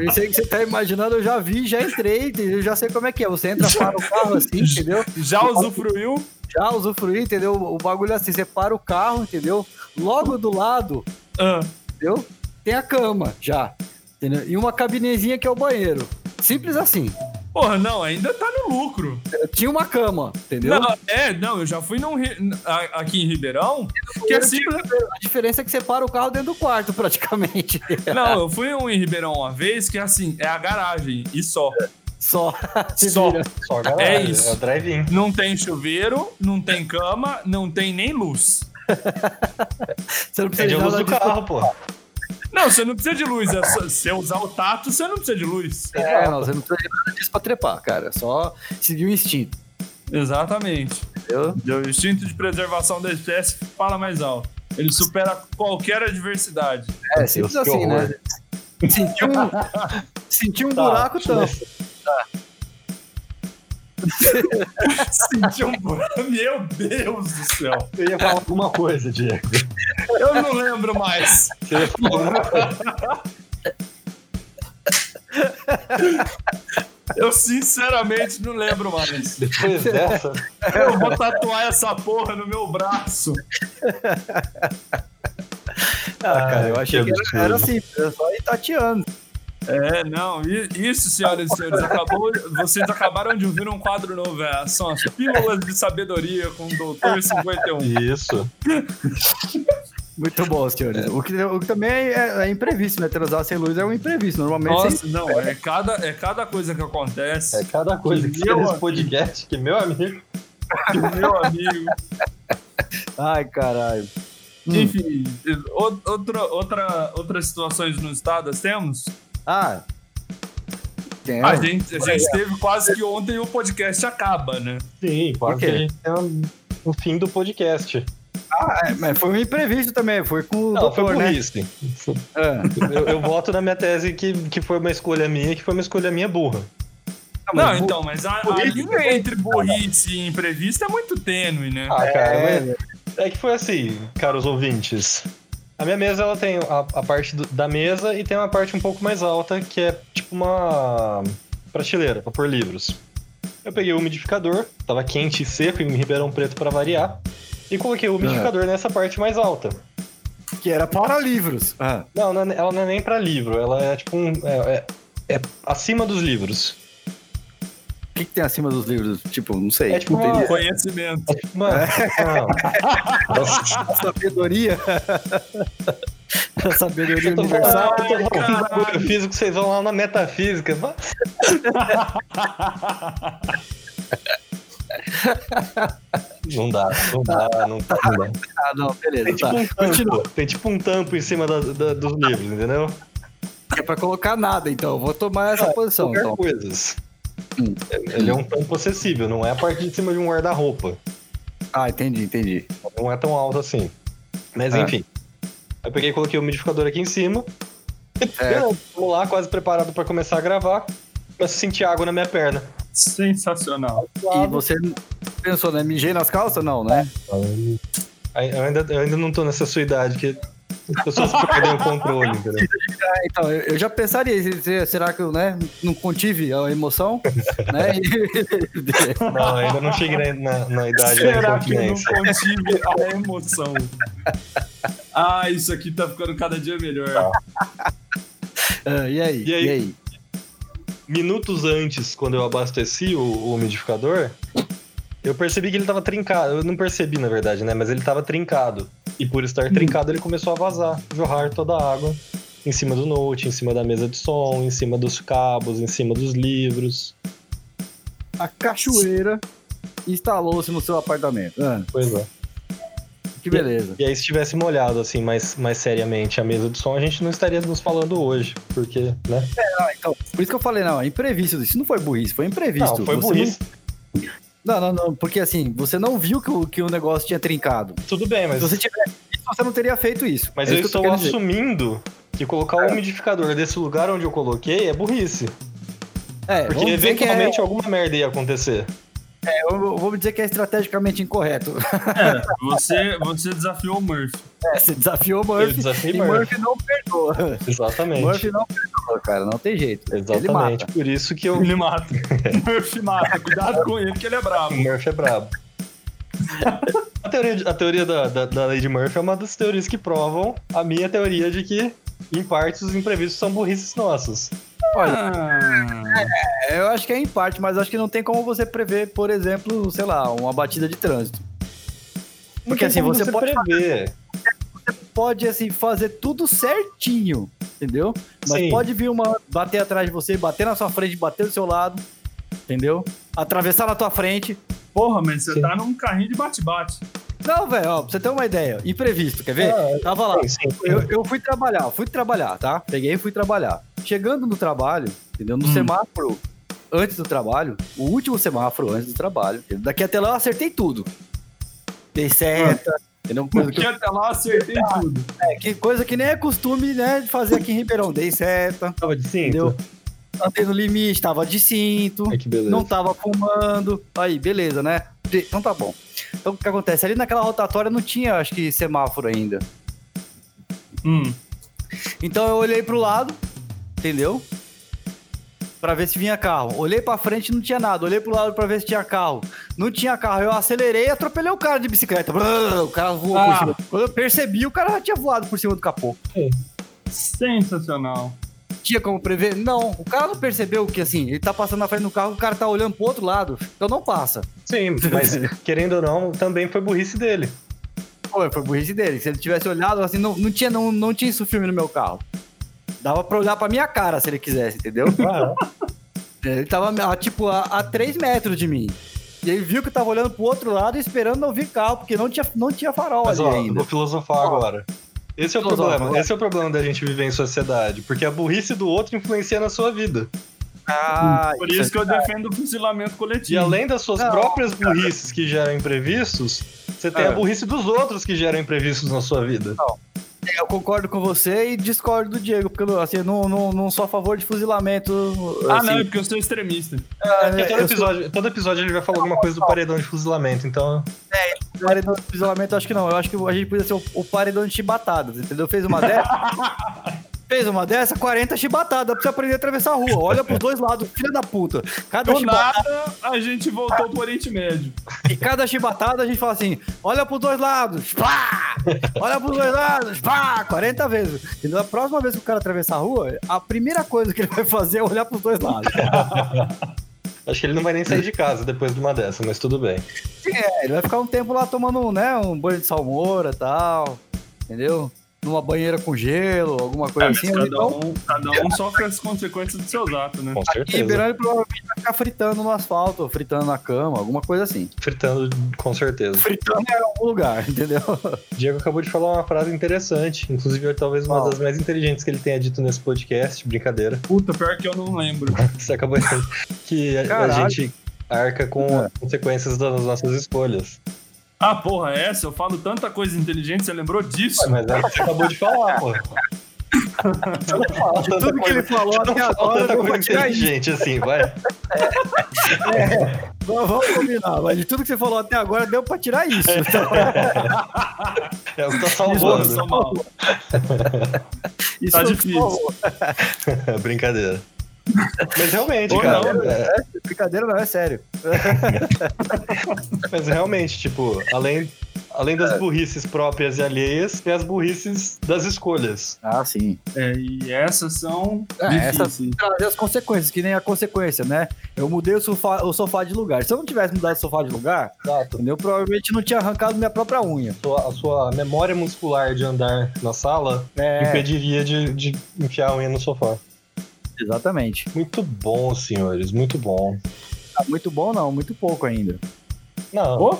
B: Isso aí que você tá imaginando, eu já vi, já entrei, entendeu? Já sei como é que é. Você entra, para o carro assim, entendeu?
C: Já usufruiu?
B: Já usufruir, entendeu? O bagulho é assim, você para o carro, entendeu? Logo do lado,
C: Ah,
B: entendeu? Tem a cama, já. Entendeu? E uma cabinezinha que é o banheiro. Simples assim.
C: Porra, não, ainda tá no lucro.
B: Eu tinha uma cama, entendeu?
C: Não, é, não, eu já fui num, ri- a- aqui em Ribeirão, que é
B: Banheiro
C: simples.
B: tinha- A diferença é que você para o carro dentro do quarto, praticamente. *laughs*
C: Não, eu fui um em Ribeirão uma vez, que é assim, é a garagem e só.
B: Só. Se
C: Só.
B: vira.
A: só, galera.
C: isso.
A: É o drive-in.
C: Não tem chuveiro, não tem cama, não tem nem luz.
B: Você não
A: Tem
B: precisa É de
A: luz
B: nada
A: do
B: disso.
A: carro, pô.
C: Não, você não precisa de luz. é só- Se você usar o tato, você não precisa de luz.
B: É, não, você não precisa de nada disso pra trepar, cara. É Só seguir o instinto,
C: Exatamente.
B: entendeu?
C: O um instinto de preservação da espécie fala mais alto. Ele supera qualquer adversidade.
B: É, simples
A: Deus, que
B: assim,
A: horror.
B: né? Sentiu um, sentiu um
A: Tá,
B: buraco,
A: deixa eu
B: tampa.
A: ver.
C: Sentiu um buraco. Meu Deus do céu.
A: Eu ia falar alguma coisa, Diego.
C: Eu não lembro mais.
A: Você ia falar alguma *laughs* coisa.
C: Eu sinceramente não lembro mais.
A: Depois dessa,
C: Eu vou tatuar essa porra no meu braço.
B: Ah, cara, eu
A: Ah,
B: achei que
A: que
B: era, era
A: absurdo.
B: simples, era só ir tateando.
C: É, não, i- isso, senhoras e senhores, acabou, vocês acabaram de ouvir um quadro novo, é, são as Pílulas de Sabedoria com o Doutor 51.
A: isso.
B: Muito bom, senhores. O, que, o que também é, é imprevisto, né? Transar sem luz é um imprevisto. Normalmente você
C: Nossa, não, é cada, é cada coisa que acontece,
A: É cada coisa que
C: Meu
A: você nesse
C: amigo.
A: podcast, que meu amigo.
C: meu amigo.
B: Ai, caralho. Hum.
C: Enfim, o- outra, outra, outras situações no estado nós temos.
B: Ah. Tem. é,
C: A gente, a gente teve quase que ontem o podcast acaba, né?
A: Sim, quase
B: Ok.
A: que a gente tem um- o fim do podcast.
B: Ah, é, mas foi um imprevisto também, foi com o
A: Não,
B: doutor,
A: foi
B: né?
A: burrice.
B: Ah.
A: Eu, eu voto na minha tese que, que foi uma escolha minha, que foi uma escolha minha burra.
C: Não,
B: mas bu-
C: então, mas a, a
B: burrice
C: linha entre burrice e imprevisto é muito tênue, né?
A: Ah, cara,
B: É,
A: mas é que foi assim, caros ouvintes. A minha mesa, ela tem a, a parte do- da mesa e tem uma parte um pouco mais alta, que é tipo uma prateleira pra pôr livros. Eu peguei o umidificador, tava quente e seco em Ribeirão Preto pra variar, e coloquei o umidificador nessa parte mais alta.
B: Que era para livros. Ah.
A: Não, não é- ela não é nem pra livro, ela é tipo um. É, é- é acima dos livros.
B: O que, que tem acima dos livros? Tipo, não sei.
A: É tipo
B: Não
A: uma-
C: Conhecimento.
A: É tipo uma. Não. *laughs* Nossa, *laughs*
B: A sabedoria. a *laughs* sabedoria
A: eu tô falando,
B: universal.
A: eu tô falando
C: Caralho.
A: de bagulho físico, vocês vão lá na metafísica. *laughs* Vai Não dá, não dá, não dá. Não dá.
B: Ah, não, beleza.
A: Tem, tipo
B: Tá.
A: um tampo, tem tipo um tampo em cima da- da- dos livros, entendeu?
B: É pra colocar nada, então. eu Vou tomar essa posição.
A: É, Qualquer
B: Então.
A: coisas.
B: Hum.
A: Ele é um tampo acessível, não é a parte de cima de um guarda-roupa.
B: Ah, entendi, entendi.
A: Não é tão alto assim. Mas
B: É.
A: enfim. Eu peguei e coloquei o umidificador aqui em cima.
B: É.
A: Beleza, Vamos lá, quase preparado pra começar a gravar. Começo a sentir água na minha perna.
C: Sensacional.
B: E você pensou, né? Mijei nas calças? Não, né?
A: Aí, Eu ainda, eu ainda não tô nessa sua idade, que as pessoas perdem o controle, entendeu?
B: Ah, então, eu eu já pensaria, se- se- será que eu né, não contive a emoção? né? E- *laughs*
A: Não, ainda não cheguei na, na- na idade da
C: Será que eu não
A: incontinência.
C: contive a emoção? Ah, isso aqui tá ficando cada dia melhor.
B: Ah, e aí?
A: E aí?
B: E aí?
A: Minutos antes, quando eu abasteci o, o umidificador, eu percebi que ele tava trincado. Eu não percebi, na verdade, né? Mas ele tava trincado. E por estar trincado, ele começou a vazar, jorrar toda a água em cima do note, em cima da mesa de som, em cima dos cabos, em cima dos livros.
B: A cachoeira instalou-se no seu apartamento. Ah,
A: Pois é.
B: que beleza.
A: E aí, se tivesse molhado, assim, mais, mais seriamente a mesa de som, a gente não estaria nos falando hoje, porque, né?
B: Então, por isso que eu falei, não, é imprevisto. Isso não foi burrice, foi imprevisto.
A: Não, foi
B: Você
A: burrice.
B: Não, não, não, porque assim, você não viu que o, que o negócio tinha trincado.
A: Tudo bem, mas,
B: Se você tivesse visto, você não teria feito isso.
A: mas
B: É
A: eu um
B: isso que
A: estou
B: querendo dizer.
A: assumindo que colocar o umidificador desse lugar onde eu coloquei é burrice.
B: É,
A: Porque
B: vamos dizer que é-
A: eventualmente alguma merda ia acontecer.
B: É, eu vou dizer que é estrategicamente incorreto. *laughs*
C: É, você, você desafiou o Murphy.
B: É, você desafiou o
A: Eu
B: Murphy
A: desafiei
B: e
A: Murphy.
B: Murphy não perdoa.
A: Exatamente.
B: Murphy não perdoa, cara, não tem jeito. Ele
A: Exatamente.
B: mata.
A: Por isso
B: *laughs*
A: que eu...
C: Ele mata. *laughs* Murphy mata. Cuidado com ele, que ele é
A: o *laughs*
C: brabo.
A: Murphy é brabo. a teoria, de- a teoria da, da, da lei de Murphy é uma das teorias que provam a minha teoria de que, em partes, os imprevistos são burrices nossas.
B: Olha,
C: Ah,
B: É, Eu acho que é em parte, mas acho que não tem como você prever, por exemplo, sei lá, uma batida de trânsito.
A: Não
B: Porque,
A: tem
B: assim,
A: como
B: você pode
A: prever.
B: Pode, assim, fazer tudo certinho, entendeu? Mas
A: Sim.
B: pode vir uma bater atrás de você, bater na sua frente, bater do seu lado, entendeu? Atravessar na tua frente.
C: Porra, mas você
A: Sim.
C: tá num carrinho de bate-bate.
B: Não, velho, ó, pra você ter uma ideia, imprevisto, quer ver?
A: Ah,
B: Tava lá,
A: sim, sim.
B: eu, eu fui trabalhar, fui trabalhar, tá? Peguei e fui trabalhar. Chegando no trabalho, entendeu? No
C: Hum.
B: semáforo, antes do trabalho, o último semáforo antes do trabalho, entendeu? daqui até lá eu acertei tudo. Dei seta, entendeu? Coisa que,
C: Porque até lá eu acertei tudo.
B: é, que- coisa que nem é costume, né, de fazer aqui em Ribeirão. Dei seta,
A: Tava de cinto.
B: entendeu? Andei no limite, tava de cinto
A: Ai, é que beleza.
B: não tava fumando. Aí, beleza, né? De- Então tá bom. Então o que acontece? Ali naquela rotatória não tinha, acho que, semáforo ainda.
C: Hum.
B: Então eu olhei pro lado, entendeu? Pra ver se vinha carro. Olhei pra frente, não tinha nada. Olhei pro lado pra ver se tinha carro. Não tinha carro. Eu acelerei e atropelei o cara de bicicleta. Brrr, O cara voou por
C: Ah.
B: cima. Quando eu percebi, o cara já tinha voado por cima do capô.
C: Sensacional.
B: Tinha como prever? Não. O cara não percebeu que, assim, ele tá passando na frente do carro, o cara tá olhando pro outro lado. Então não passa.
A: Sim,
B: *laughs*
A: mas querendo ou não, também foi burrice dele.
B: Foi, foi burrice dele. Se ele tivesse olhado, assim, não, não, tinha, não, não tinha isso filme no meu carro. Dava pra olhar pra minha cara se ele quisesse, entendeu?
A: Ah,
B: ele tava, a, tipo, a, a 3 metros de mim. E ele viu que eu tava olhando pro outro lado e esperando não vir carro, porque não tinha, não tinha farol
A: mas
B: ali
A: ó,
B: ainda.
A: vou filosofar agora. Esse é o
B: Filosofa,
A: problema.
B: vai.
A: Esse é o problema da gente viver em sociedade. Porque a burrice do outro influencia na sua vida.
B: Ah,
C: Por isso que eu defendo o fuzilamento
A: E
C: coletivo.
A: além das suas
B: Não,
A: próprias burrices que geram imprevistos, você tem
C: É.
A: a burrice dos outros que geram imprevistos na sua vida.
B: eu concordo com você e discordo do Diego, porque assim, eu não, não, não sou a favor de fuzilamento.
C: Ah,
B: assim.
C: não, é porque eu sou extremista.
A: É porque todo
B: eu sou-
A: episódio, todo episódio ele vai falar alguma coisa do paredão de fuzilamento, então.
B: O paredão de fuzilamento, eu acho que não. Eu acho que a gente podia ser o, o paredão de chibatadas, entendeu? Fez uma dessa.
A: *laughs*
B: Fez uma dessa, 40 chibatadas pra você aprender a atravessar a rua. Olha pros dois lados, filha da puta. Cada
C: Do
B: chiba-
C: nada, a gente voltou pro Oriente Médio.
B: E cada chibatada a gente fala assim: olha pros dois lados, pá! Olha pros dois lados, pá! 40 vezes. E na próxima vez que o cara atravessar a rua, a primeira coisa que ele vai fazer é olhar pros dois *laughs* lados.
A: Acho que ele não vai nem sair de casa depois de uma dessa, mas tudo bem.
B: É, ele vai ficar um tempo lá tomando né, um banho de salmoura e tal, entendeu? Numa banheira com gelo, alguma coisa
C: É, mas
B: assim. ou
C: cada,
B: então-
C: um, cada um sofre as consequências dos seus atos, né?
A: Com
B: E
A: certeza.
B: Ribeirão ele provavelmente vai ficar fritando no asfalto, ou fritando na cama, alguma coisa assim.
A: Fritando, com certeza.
B: Fritando em algum lugar, *laughs* entendeu?
A: Diego acabou de falar uma frase interessante, inclusive talvez uma
B: Qual?
A: das mais inteligentes que ele tenha dito nesse podcast, brincadeira.
C: Puta, pior que eu não lembro.
A: Você acabou de que a, a
B: Caralho.
A: gente arca com
B: É.
A: as consequências das nossas escolhas.
C: Ah, porra, essa? Eu falo tanta coisa inteligente, você lembrou disso?
A: Ué, Mas é o que você acabou de falar, pô.
B: De tudo que ele falou até
A: Fala
B: agora,
A: tanta
B: eu vou
A: coisa
B: tirar isso.
A: inteligente assim, vai.
B: Vamos vamos combinar, mas de tudo que você falou até agora, deu pra tirar *laughs* isso. Então, tá
A: É o que tá
C: Porra,
A: salvando.
C: sou mal.
B: Isso
C: Tá
B: é o que
C: difícil.
B: falou.
A: É Brincadeira. Mas realmente,
C: Ou
A: cara.
C: não,
A: é-
B: Brincadeira não, é sério.
A: Mas realmente, tipo, além, além das burrices próprias e alheias, tem as burrices das escolhas.
B: Ah, sim.
C: É, e essas são
B: É,
C: difíceis.
B: Trazer as consequências, que nem a consequência, né? Eu mudei o sofá, o sofá de lugar. Se eu não tivesse mudado o sofá de lugar,
A: Exato.
B: entendeu? provavelmente não tinha arrancado minha própria unha.
A: a sua memória muscular de andar na sala
B: É,
A: impediria de, de enfiar a unha no sofá.
B: exatamente.
A: Muito bom, senhores, muito bom.
B: Ah, muito bom não, muito pouco ainda.
A: Não,
C: Pô,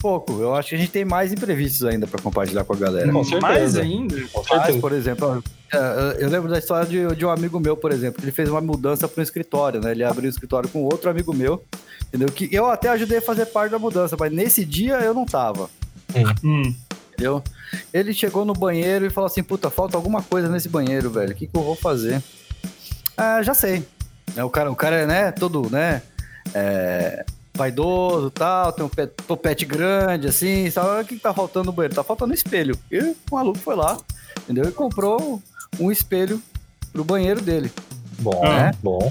B: Pouco. Eu acho que a gente tem mais imprevistos ainda pra compartilhar com a galera.
A: Com
C: mais
A: certeza.
C: ainda.
A: com
B: Mas,
A: certeza.
B: por exemplo, ó, é, eu lembro da história de, de um amigo meu, por exemplo, que ele fez uma mudança para um escritório, né? Ele abriu o escritório com outro amigo meu, entendeu? Que eu até ajudei a fazer parte da mudança, mas nesse dia eu não tava,
C: Hum.
B: entendeu? Ele chegou no banheiro e falou assim: puta, falta alguma coisa nesse banheiro, velho. O que, que eu vou fazer? Ah, já sei. né, É, o cara, o cara, né, todo, né? é, vaidoso tal, tem um pe- topete grande, assim, sabe? O que que tá faltando no banheiro? Tá faltando um espelho. E o maluco foi lá, entendeu? E comprou um espelho pro banheiro dele.
A: Bom,
B: É.
A: bom.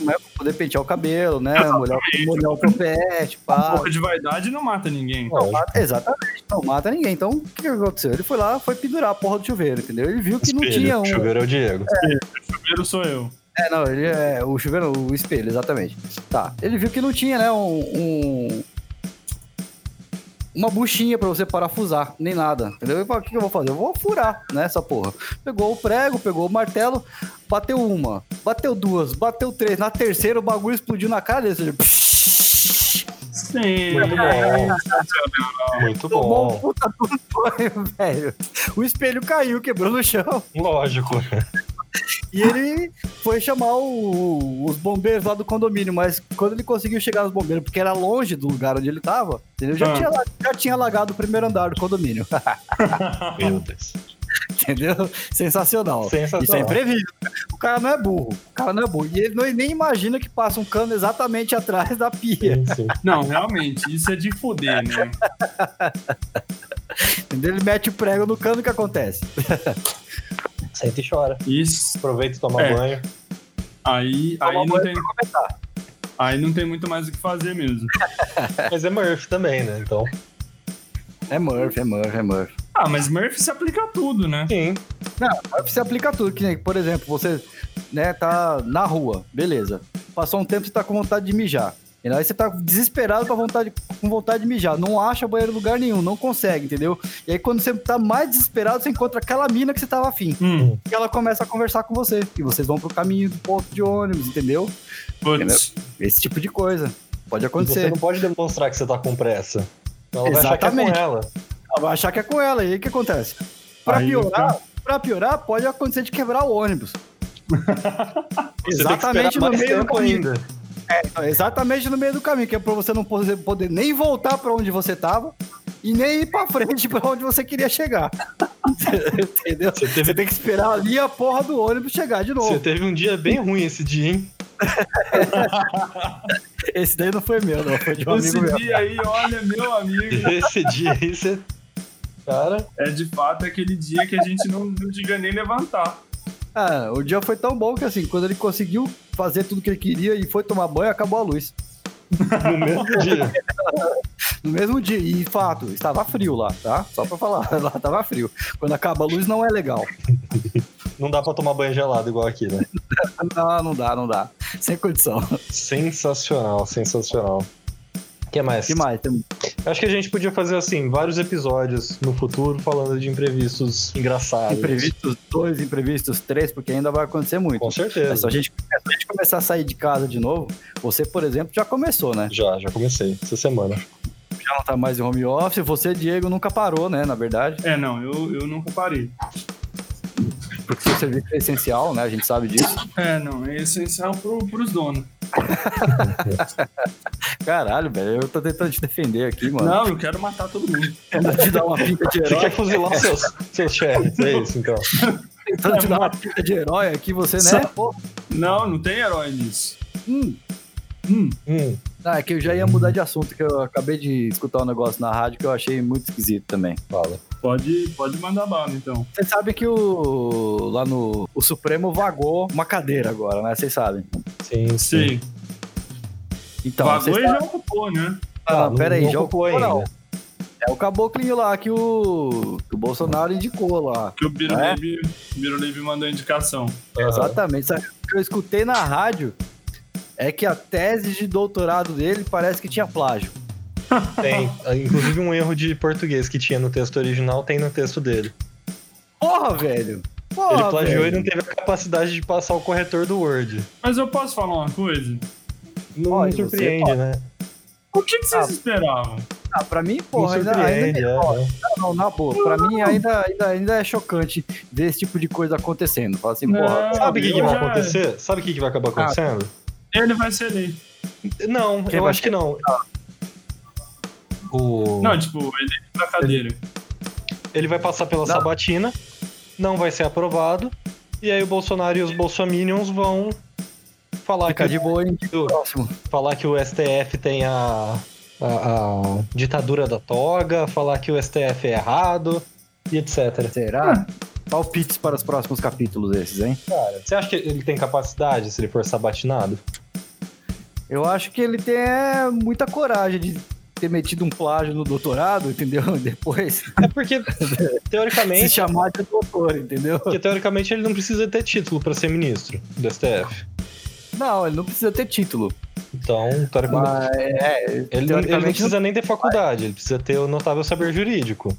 B: Não é pra poder pentear o cabelo, né?
C: Exatamente.
B: Molhar, o- molhar o topete,
C: Um
B: pá.
C: pouco de vaidade não mata ninguém.
A: Não,
B: Mata- exatamente, não mata ninguém. Então, o que que aconteceu? Ele foi lá, foi pendurar a porra do chuveiro, entendeu? Ele viu que não
A: espelho,
B: tinha um.
A: chuveiro é o Diego.
C: Primeiro sou eu.
B: É, não, ele é o chuveiro, o espelho, exatamente. Tá. Ele viu que não tinha, né, um. um- uma buchinha pra você parafusar, nem nada, entendeu? Ele falou, o que que eu vou fazer? Eu vou furar nessa porra. Pegou o prego, pegou o martelo, bateu uma, bateu duas, bateu três. Na terceira, o bagulho explodiu na cara dele. ou seja, É.
C: Sim.
A: Muito bom, muito
B: Tomou um
A: bom.
B: puta do banho, *laughs* velho. O espelho caiu, quebrou no chão.
A: Lógico.
B: *laughs* E ele foi chamar o- os bombeiros lá do condomínio, mas quando ele conseguiu chegar nos bombeiros, porque era longe do lugar onde ele tava, entendeu? Já,
C: Ah.
B: tinha, la- já tinha alagado o primeiro andar do condomínio, *laughs*
A: Meu Deus.
B: entendeu? Sensacional.
A: Sensacional.
B: Isso é imprevisto. O cara não é burro. O cara não é burro. E ele não- nem imagina que passa um cano exatamente atrás da pia. *laughs*
A: Sim, sim.
C: Não, realmente, isso é de fuder, né?
B: Entendeu? Ele mete o prego no cano, o que acontece?
A: Senta e chora.
C: Isso.
A: Aproveita e toma
C: É.
A: banho.
C: Aí, aí,
B: Toma
C: não
B: banho
C: tem,
B: pra começar.
C: aí não tem muito mais o que fazer mesmo.
A: Mas é Murphy também, né? Então.
B: É Murphy, é Murphy, é Murphy.
C: Ah, mas Murphy se aplica a tudo, né?
A: Sim.
B: Murphy se aplica a tudo, que nem, por exemplo, você né, tá na rua, beleza. Passou um tempo, você tá com vontade de mijar. E aí você tá desesperado pra vontade, com vontade de mijar. Não acha banheiro em lugar nenhum, não consegue, entendeu? E aí quando você tá mais desesperado, você encontra aquela mina que você tava afim.
C: Hum,
B: E ela começa a conversar com você. E vocês vão pro caminho do ponto de ônibus, entendeu?
C: putz.
B: Esse tipo de coisa. Pode
A: E Você
B: acontecer.
A: não pode demonstrar que você tá com pressa. Ela vai achar que é com
B: Exatamente.
A: ela.
B: Ela vai achar que é com ela. E aí o que acontece? Pra
C: Aí
B: piorar, pra piorar, pode acontecer de quebrar o ônibus.
A: Você tem que esperar
B: Exatamente no
A: mais
B: meio do
A: tempo
B: caminho.
A: ainda.
B: Exatamente no meio do caminho, que é pra você não poder, poder nem voltar pra onde você tava e nem ir pra frente pra onde você queria chegar. *laughs* Entendeu?
A: Você
B: Você
A: teve,
B: tem que esperar ali a porra do ônibus chegar de
A: você
B: novo.
A: teve um dia bem ruim esse dia,
B: *laughs*
A: hein?
B: Esse daí não foi meu, não. Foi de um
C: Esse
B: amigo meu.
C: dia aí, olha, meu amigo,
A: Esse dia aí você. Cara,
C: é de fato aquele dia que a gente não, não diga nem levantar.
B: Ah, o dia foi tão bom que assim, quando ele conseguiu fazer tudo que ele queria e foi tomar banho, acabou a luz.
A: no mesmo dia.
B: No mesmo dia. E fato, estava frio lá, tá? Só pra falar, *laughs* lá tava frio. Quando acaba a luz não é legal.
A: Não dá pra tomar banho gelado igual aqui, né?
B: Ah, Não, não dá, não dá. Sem condição.
A: Sensacional, sensacional. O que mais?
B: Que mais? Tem-
A: Acho que a gente podia fazer assim, vários episódios no futuro falando de imprevistos engraçados.
B: Imprevistos dois, imprevistos três, porque ainda vai acontecer muito.
A: Com
B: É só
A: certeza.
B: a gente, é só a gente começar a sair de casa de novo. Você, por exemplo, já começou, né?
A: Já, já comecei essa semana.
B: Já não tá mais em home office. Você, Diego, nunca parou, né? Na verdade,
C: É, não, eu, eu nunca parei.
B: porque seu serviço é essencial, né? A gente sabe disso.
C: É, não, é essencial pro, pros donos.
B: Caralho, velho, eu tô tentando te defender aqui, mano.
C: Não, eu quero matar todo mundo.
B: Tentando te dar uma pinta
A: Você
B: de herói.
A: quer fuzilar seus, seus chefes, é isso então.
B: Tentando te dar uma pinta de herói aqui, você, né?
C: Só-
B: Pô,
C: Não, não tem herói nisso.
B: hum.
C: Hum,
A: Hum,
B: Ah, é que eu já ia mudar de assunto, que eu acabei de escutar um negócio na rádio que eu achei muito esquisito também.
A: fala.
C: pode, pode mandar bala, então.
B: Vocês sabem que o. lá no. O Supremo vagou uma cadeira agora, né? Vocês sabem.
A: Sim, sim.
C: Sim.
B: Então,
C: Vagou
B: vocês
C: e já ocupou, né?
B: Ah, não, pera aí,
A: não
B: já
A: ocupou
B: ocupou ainda.
A: ainda.
B: É o caboclinho lá que o, que o Bolsonaro indicou lá.
C: Que o
B: É?
C: Birulebe Birulebe mandou indicação.
A: Aham.
B: Exatamente. Sabe, o que eu escutei na rádio é que a tese de doutorado dele parece que tinha plágio.
A: Tem. Inclusive um erro de português que tinha no texto original, tem no texto dele.
B: Porra, velho! Porra,
A: Ele plagiou e
B: Ah, velho.
A: não teve a capacidade de passar o corretor do Word.
C: Mas eu posso falar uma coisa?
A: Não
B: Olha,
A: me
B: você tá-
A: surpreende, né?
C: O que, que vocês
B: Ah.
C: esperavam?
B: Ah, pra mim,
A: Não
B: porra, ainda, ainda
A: surpreende, é. né?
B: não, na boa. Pra mim, ainda, ainda, ainda é chocante ver esse tipo de coisa acontecendo. Fala assim,
C: Não.
B: porra.
A: Sabe o que, que
C: Eu
A: vai
C: já-
A: acontecer? Sabe o que, que vai
B: Ah.
A: acabar acontecendo?
C: Ele vai ser eleito.
A: Não,
B: Quem
A: eu
B: vai
A: acho que não. O...
C: Não, tipo, eleito da cadeira.
A: Ele vai passar pela
B: Não.
A: sabatina, não vai ser aprovado, e aí o Bolsonaro e os bolsominions vão falar
B: Fica
A: que,
B: de boa, hein?
A: do-
B: Próximo.
A: falar que o STF tem a, a, a ditadura da toga, falar que o STF é errado e etc.
B: Será? Palpites para os próximos capítulos esses, hein?
A: Cara, você acha que ele tem capacidade se ele for sabatinado?
B: Eu acho que ele tem é, muita coragem de ter metido um plágio no doutorado, entendeu? *laughs* Depois
A: É porque,
B: *laughs* se
A: teoricamente,
B: chamar de doutor, entendeu?
A: porque, teoricamente ele não precisa ter título pra ser ministro do STF.
B: Não, ele não precisa ter título.
A: Então, teoricamente,
B: Mas, é,
A: ele, não- ele não
B: teoricamente,
A: precisa nem ter faculdade, ele precisa ter o notável saber jurídico.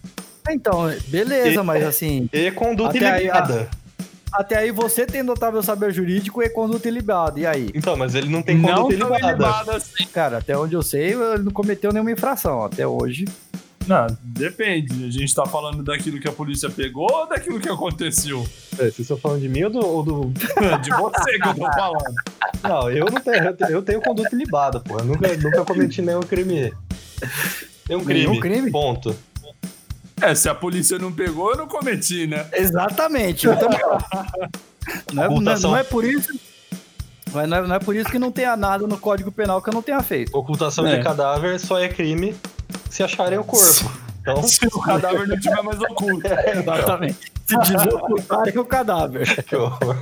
B: Então, beleza,
A: E-
B: mas assim,
A: E conduta
B: Até aí,
A: ilibada.
B: até aí você tem notável saber jurídico e conduta ilibada. E aí?
A: Então, mas ele não tem
C: Não
A: conduta
B: Então,
C: tão
A: ilibada.
C: ilibada assim.
B: Cara, até onde eu sei, ele não cometeu nenhuma infração até hoje.
C: Não, depende. A gente tá falando daquilo que a polícia pegou ou daquilo que aconteceu? *laughs*
A: É, Vocês estão falando de mim ou do- ou do,
C: De você que eu tô falando.
A: Não, eu não tenho, eu tenho, eu tenho conduta ilibada, pô. Eu nunca, nunca cometi nenhum crime. Nenhum crime.
B: Nenhum crime?
A: Ponto.
C: É, se a polícia não pegou, eu não cometi, né?
B: Exatamente. Então,
A: *laughs*
B: não, é, não é-
A: Ocultação.
B: não é por isso. Mas não é, não é por isso que não tenha nada no Código Penal que eu não tenha feito.
A: Ocultação
C: É.
A: de cadáver só é crime se acharem o *laughs* corpo. Então,
C: Se o cadáver não tiver mais oculto.
B: *laughs*
A: É,
B: Exatamente. Se desocultarem o cadáver.
A: *laughs* que horror.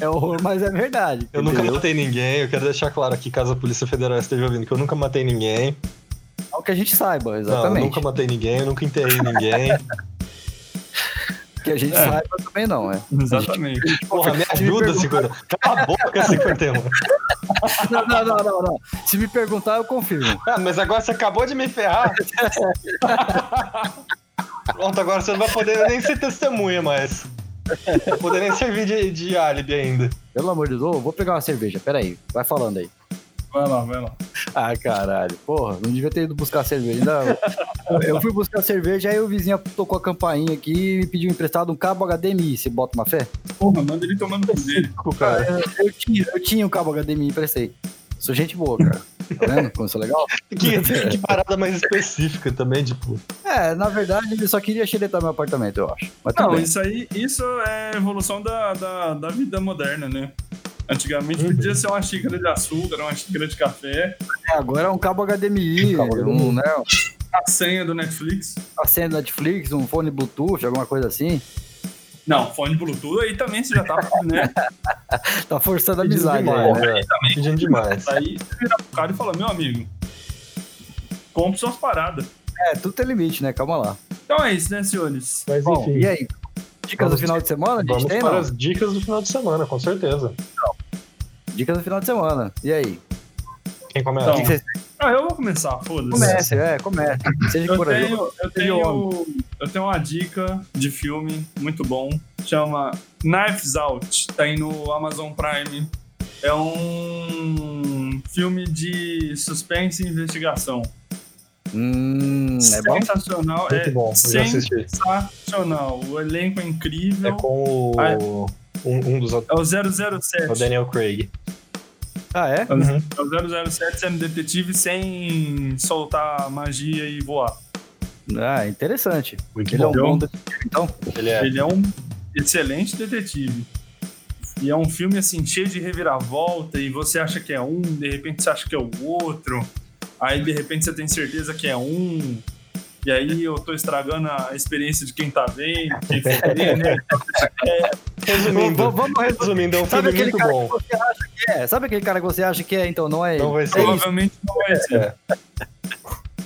B: É horror, mas é verdade.
A: eu nunca
B: entendeu?
A: matei ninguém. Eu quero deixar claro aqui, caso a Polícia Federal esteja ouvindo, que eu nunca matei ninguém.
B: Não É que a gente saiba,
A: Não, eu
B: exatamente.
A: nunca matei ninguém, eu nunca enterrei *laughs* ninguém.
B: Que a gente
C: É.
B: saiba também não, é.
C: Exatamente.
A: Porra, me ajuda, 50. Cala a boca, 51.
B: Não, não, não, não, não. Se me perguntar, eu confirmo.
A: Ah, mas agora você acabou de me *laughs* ferrar. Pronto, agora você não vai poder nem ser testemunha mais. Não vai poder nem servir de, de álibi ainda.
B: Pelo amor de Deus, eu vou pegar uma cerveja. Peraí, vai falando aí.
C: Vai lá, vai lá.
B: Ah, caralho. Porra, não devia ter ido buscar cerveja. Não. Eu fui buscar cerveja, aí o vizinho tocou a campainha aqui e me pediu emprestado um cabo HDMI. Você bota uma fé?
C: Porra, manda ele
B: *laughs*
C: tomar no cu dele.
A: Cara,
B: Eu tinha, eu tinha um cabo HDMI, emprestei. Sou gente boa, cara. Tá vendo como isso é legal?
A: que, que parada mais específica também, tipo.
B: É, na verdade, ele só queria xeretar meu apartamento, eu acho. Mas tudo
C: Não,
B: bem.
C: isso aí, isso é evolução da, da, da vida moderna, né? Antigamente
A: Uhum.
C: podia ser uma xícara de açúcar, uma xícara de café,
B: É, agora é um cabo HDMI,
A: Um cabo
B: um, né,
C: a senha do Netflix.
B: uma senha do Netflix, um fone Bluetooth, alguma coisa assim.
C: Não, fone Bluetooth aí também você já tá,
B: *laughs*
C: né?
B: Tá forçando a
A: Pedindo
B: amizade aí,
A: demais,
B: né?
A: né? Pedindo demais.
C: Aí você vira pro cara e fala, meu amigo, compre suas paradas.
B: É, tudo tem limite, né? Calma lá.
C: Então é isso, né, senhores?
A: Mas
B: Bom,
A: enfim,
B: e aí? Dicas do
A: Vamos-
B: final de semana? A gente
A: vamos
B: tem,
A: para
B: não?
A: as dicas do final de semana, com certeza.
B: Dicas do final de semana. E aí?
A: Quem começa?
B: O que
C: Então.
B: que vocês
C: Ah, eu vou começar, foda-se.
B: comece, é, comece. Seja
C: Eu
B: corajoso.
C: tenho, eu,
B: Seja
C: tenho, eu tenho uma dica de filme muito bom, chama Knives Out, tá aí no Amazon Prime. É um filme de suspense e investigação.
B: Hum, é bom?
C: sensacional,
A: Muito
C: é
A: bom, eu já assisti.
C: sensacional. O elenco é incrível.
A: É com
C: Ah, é.
A: o. Um, um dos atores,
C: É o
A: o
C: 007.
A: Daniel Craig.
B: Ah, é?
C: É o-
A: Uhum.
C: É o 007 sendo detetive sem soltar magia e voar.
B: Ah, interessante.
A: Muito
B: Ele é um
A: bom.
B: bom detetive, então.
A: Ele é.
C: Ele é um excelente detetive. E é um filme assim cheio de reviravolta e você acha que é um, de repente você acha que é o outro. Aí de repente você tem certeza que é um. E aí eu tô estragando a experiência de quem tá
A: *laughs*
C: vendo, quem foi ver,
A: É.
C: né?
A: Resumindo,
B: Vamos- vamos resumir.
A: resumindo, é um
B: Sabe
A: filme
B: aquele
A: muito
B: cara
A: bom.
B: que você acha que é? Sabe aquele cara que você acha que é, então não é ele?
A: Não vai ser.
C: Provavelmente não vai ser.
A: É.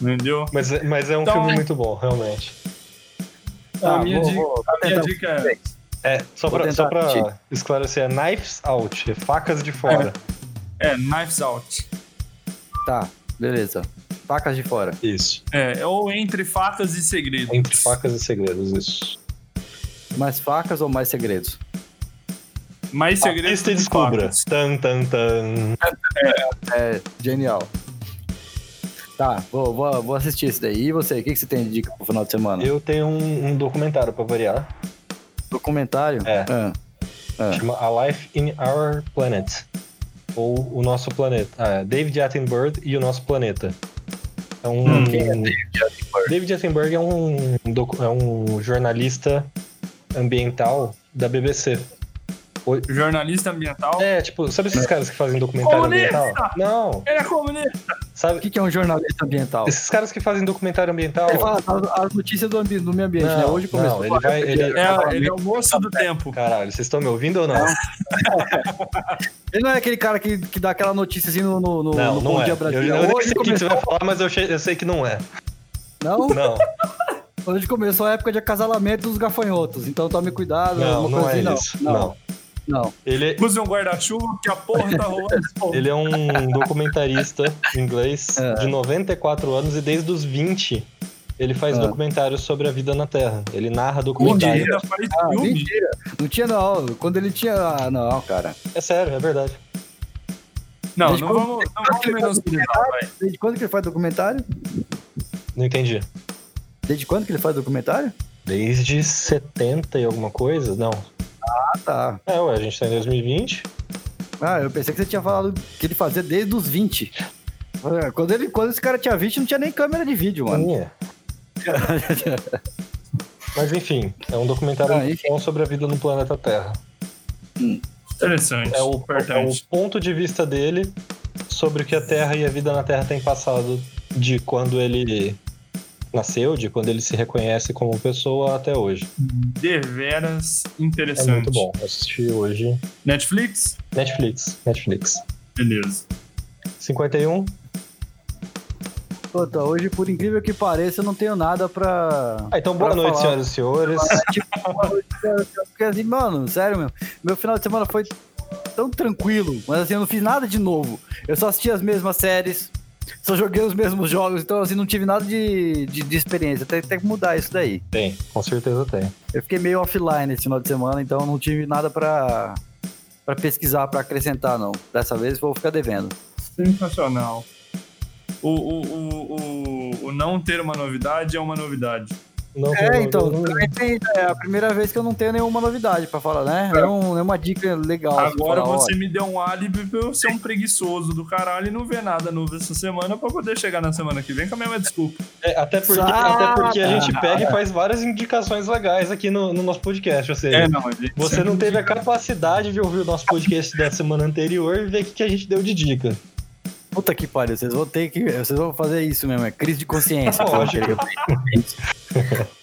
C: Entendeu?
A: Mas, é- mas é um
C: Então-
A: filme muito bom, realmente.
B: Tá,
A: Ah,
C: a minha
B: vou-
C: dica,
B: vou-
C: a minha
B: tentar-
C: dica é.
A: É, só
B: Vou
A: pra,
B: tentar
A: só pra
B: assistir.
A: esclarecer, é Knives Out, é facas de fora.
C: É, Knives Out.
B: Tá, beleza. Facas de fora.
A: Isso.
C: É, ou Entre Facas e Segredos.
A: Entre facas e segredos, isso.
B: Mais facas ou mais segredos?
C: Mais segredos.
A: Assista e
C: que
A: descubra.
C: facas. Tá.
A: Tan, tan, tan.
B: É, genial. Tá, vou, vou, vou assistir esse daí. E você, o que, que você tem de dica pro final de semana?
A: Eu tenho um, um documentário pra variar,
B: Documentário?
A: É.
B: Ah, Ah.
A: chama A Life in Our Planet. Ou O Nosso Planeta. Ah, David Attenborough e O Nosso Planeta. É um.
C: Hum, quem
A: David Attenborough é um, docu- é um jornalista ambiental da BBC. Oi?
C: Jornalista ambiental.
A: É, tipo, sabe esses caras que fazem documentário
C: Comunista!
A: ambiental? Não,
C: Ele é comunista.
B: O
A: sabe?
B: que, que é um jornalista ambiental?
A: Esses caras que fazem documentário ambiental.
B: Ele fala as, as notícias do, ambi- do meio ambiente, né? Hoje começou.
A: não, ele vai. Ele...
C: É, ele é o moço do tempo.
A: Caralho, vocês estão me ouvindo ou não?
B: Ele não é aquele cara que, que dá aquela notícia assim no, no, no-
A: Não,
B: no
A: não
B: Bom
A: é.
B: Dia
A: Eu,
B: Brasil.
A: eu nem
B: hoje,
A: sei o que que você
B: começou,
A: vai falar, mas eu, che- eu sei que não é.
B: não,
A: Não,
B: hoje começou a época de acasalamento dos gafanhotos, então tome cuidado,
A: não,
B: uma
A: não
B: coisa
A: é
B: assim, não.
A: isso.
B: não.
A: Não.
B: não.
A: Ele,
C: Use um guarda-chuva que a porra
A: *laughs*
C: tá rolando.
A: ele é um documentarista *laughs* inglês de 94 anos e desde os 20 ele faz
B: É.
A: documentários sobre a vida na Terra. Ele narra
C: Mentira,
A: documentários.
C: Um ainda faz
B: Ah,
C: filme.
B: mentira. Não tinha, não. Quando ele tinha. Ah, não, cara.
A: É sério, é verdade.
C: Não,
B: Desde
C: não
B: quando-
C: vamos, não vamos menosprezar, vai.
B: Desde quando que ele faz documentário?
A: Não entendi.
B: Desde quando que ele faz documentário?
A: Desde 70 e alguma coisa? Não.
B: Ah, tá.
A: É, ué, a gente tá em 2020.
B: Ah, eu pensei que você tinha falado que ele fazia desde os 20. Ah, Quando, ele, quando esse cara tinha 20, não tinha nem câmera de vídeo, mano.
A: Sim, *laughs* é. Mas enfim, é um documentário
B: Ah, enfim.
A: bom sobre a vida no planeta Terra.
C: Interessante.
A: É o, é o
C: importante.
A: ponto de vista dele sobre o que a Terra e a vida na Terra têm passado de quando ele nasceu, de quando ele se reconhece como pessoa até hoje.
C: Deveras
A: É
C: interessante.
A: muito bom. Eu Assisti hoje.
C: Netflix?
A: Netflix, Netflix.
C: Beleza.
A: 51?
B: Puta, hoje, por incrível que pareça, eu não tenho nada pra.
A: Ah, então boa
B: Pra
A: noite,
B: falar.
A: senhoras e senhores.
B: Porque assim, mano, sério mesmo. Meu final de semana foi tão tranquilo, mas assim, eu não fiz nada de novo. Eu só assisti as mesmas séries, só joguei os mesmos jogos, então assim, não tive nada de, de, de experiência. Tem, tem que mudar isso daí.
A: Tem, com certeza tem.
B: Eu fiquei meio offline esse final de semana, então não tive nada pra, pra pesquisar, pra acrescentar, não. Dessa vez vou ficar devendo.
C: Sensacional. O, o, o, o, o não ter uma novidade é uma novidade.
A: Não
B: É,
A: tem-
B: então,
A: não-
B: também tem, é a primeira vez que eu não tenho nenhuma novidade pra falar, né? É um- é uma dica legal. assim,
C: Agora
B: pra falar, ó,
C: você me deu um álibi pra eu ser um preguiçoso do caralho e não ver nada novo essa semana pra poder chegar na semana que vem com a mesma desculpa.
A: É, até, porque,
B: Ah,
A: até porque a
B: tá.
A: gente pega e faz várias indicações legais aqui no, no nosso podcast. Ou seja,
C: É, não, gente.
A: você não teve a capacidade de ouvir o nosso podcast da semana anterior e ver o que, que a gente deu de dica.
B: Puta que pariu, vocês vão ter que. Vocês vão fazer isso mesmo, é crise de consciência.
A: Lógico.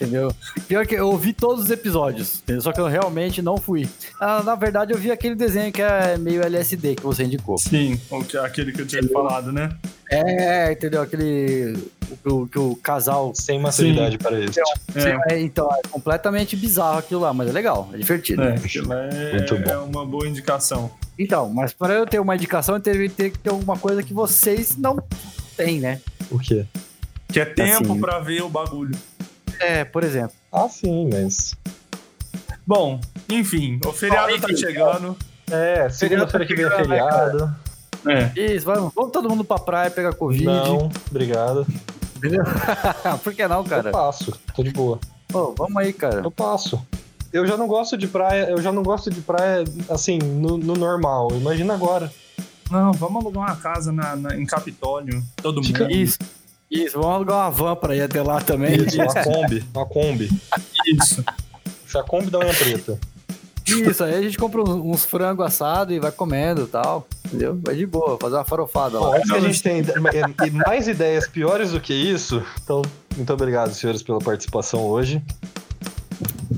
B: entendeu? *laughs* Pior que eu ouvi todos os episódios, entendeu? só que eu realmente não fui. Ah, na verdade, eu vi aquele desenho que é meio LSD que você indicou.
C: Sim, o que- aquele que eu tinha te falado, né?
B: É, entendeu? Aquele. o que O, que o casal.
A: Sem maturidade para isso.
C: É,
B: É, então, é completamente bizarro aquilo lá, mas é legal, é divertido.
C: é, aquilo é,
A: Muito bom.
C: é uma boa indicação.
B: Então, mas para eu ter uma indicação, eu teria teria que ter alguma coisa que vocês não têm, né?
A: O quê?
C: Que é tempo
B: Assim.
C: pra ver o bagulho.
B: É, por exemplo.
A: Ah, sim, mas.
C: Bom, enfim, o feriado tá chegando.
A: É, segunda-feira que vem é feriado.
C: É.
B: Isso, vamos, vamos todo mundo pra praia pegar Covid.
A: Não, obrigado.
B: Entendeu? Ah, Por que não, cara?
A: Eu passo, tô de boa.
B: Ô, vamos aí, cara.
A: Eu passo. Eu já não gosto de praia, eu já não gosto de praia assim, no, no normal. Imagina agora.
C: Não, vamos alugar uma casa na, na- em Capitólio. Todo
A: Fica-
C: mundo.
B: Isso. Isso, vamos alugar uma van pra ir até lá
A: É
B: também.
A: Uma Kombi, uma Kombi.
C: Isso.
A: Essa Kombi da unha preta.
B: *laughs* Isso, aí a gente compra uns, uns frango assado e vai comendo e tal. Entendeu? Vai de boa, fazer uma farofada
A: Bom,
B: lá.
A: antes que a gente tenha ide- e- e mais ideias piores do que isso, então, muito obrigado, senhores, pela participação hoje.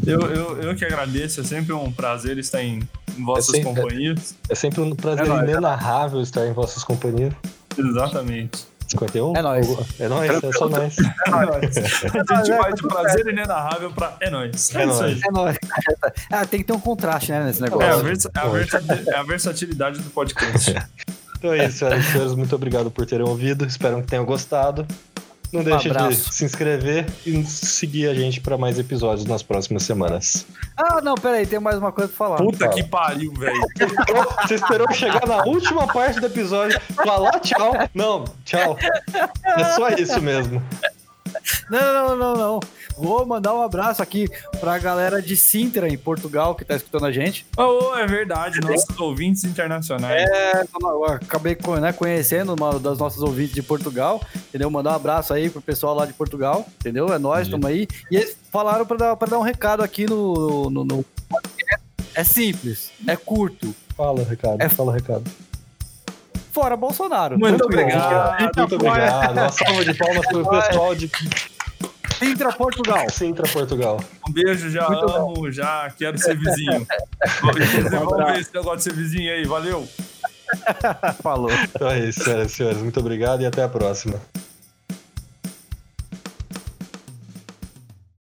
C: Eu, eu, eu que agradeço, é sempre um prazer estar em, em vossas
A: sempre-
C: companhias.
A: É sempre um prazer
B: É nóis,
A: inenarrável estar em vossas companhias.
B: *laughs*
C: Exatamente.
A: 51?
B: É nóis.
A: É nóis, é só nóis.
C: É nóis. A gente
B: É,
C: vai
B: tá
C: de
B: tudo
C: prazer inenarrável pra. É nóis.
A: É
C: É isso aí.
A: nóis.
B: É nóis. *laughs* Ah, tem que ter um contraste, né, nesse
C: É a,
B: negócio.
C: versa- a versati- é a versatilidade
A: *laughs*
C: do podcast.
A: Então é isso, senhoras e senhores. Muito obrigado por terem ouvido. Espero que tenham gostado. Não deixe de
B: Um abraço.
A: se inscrever e seguir a gente para mais episódios nas próximas semanas.
B: Ah, não, peraí, tem mais uma coisa pra falar.
C: Puta
A: fala.
C: que pariu, velho.
A: Então, Você esperou chegar na última parte do episódio, falar tchau. Não, tchau. É só isso mesmo.
B: Não, não, não, não. Vou mandar um abraço aqui pra galera de Sintra, em Portugal, que tá escutando a gente.
C: Oh, é verdade, nossos ouvintes internacionais.
B: É, eu acabei co- né, conhecendo uma das nossas ouvintes de Portugal, entendeu? Mandar um abraço aí pro pessoal lá de Portugal,
C: Uhum.
B: entendeu? É nós,
A: Entendi.
B: tamo aí. E eles falaram pra dar, pra dar um recado aqui no, no, no- no podcast. É simples, é curto.
A: Fala, Ricardo.
B: É-
A: Fala, Ricardo.
B: Fora Bolsonaro.
C: Muito
B: Tranquilo.
C: obrigado.
A: Muito obrigado. Uma salva de palmas
B: É
A: pro pessoal de
B: Intra Portugal.
A: Sintra, Portugal.
C: Um beijo, já
B: Muito Um
C: amo, já quero
B: *laughs*
C: ser vizinho. Inclusive, Vamos ver esse negócio de ser vizinho aí, valeu!
B: Falou.
A: Então é isso, senhoras e senhores. Muito obrigado e até a próxima.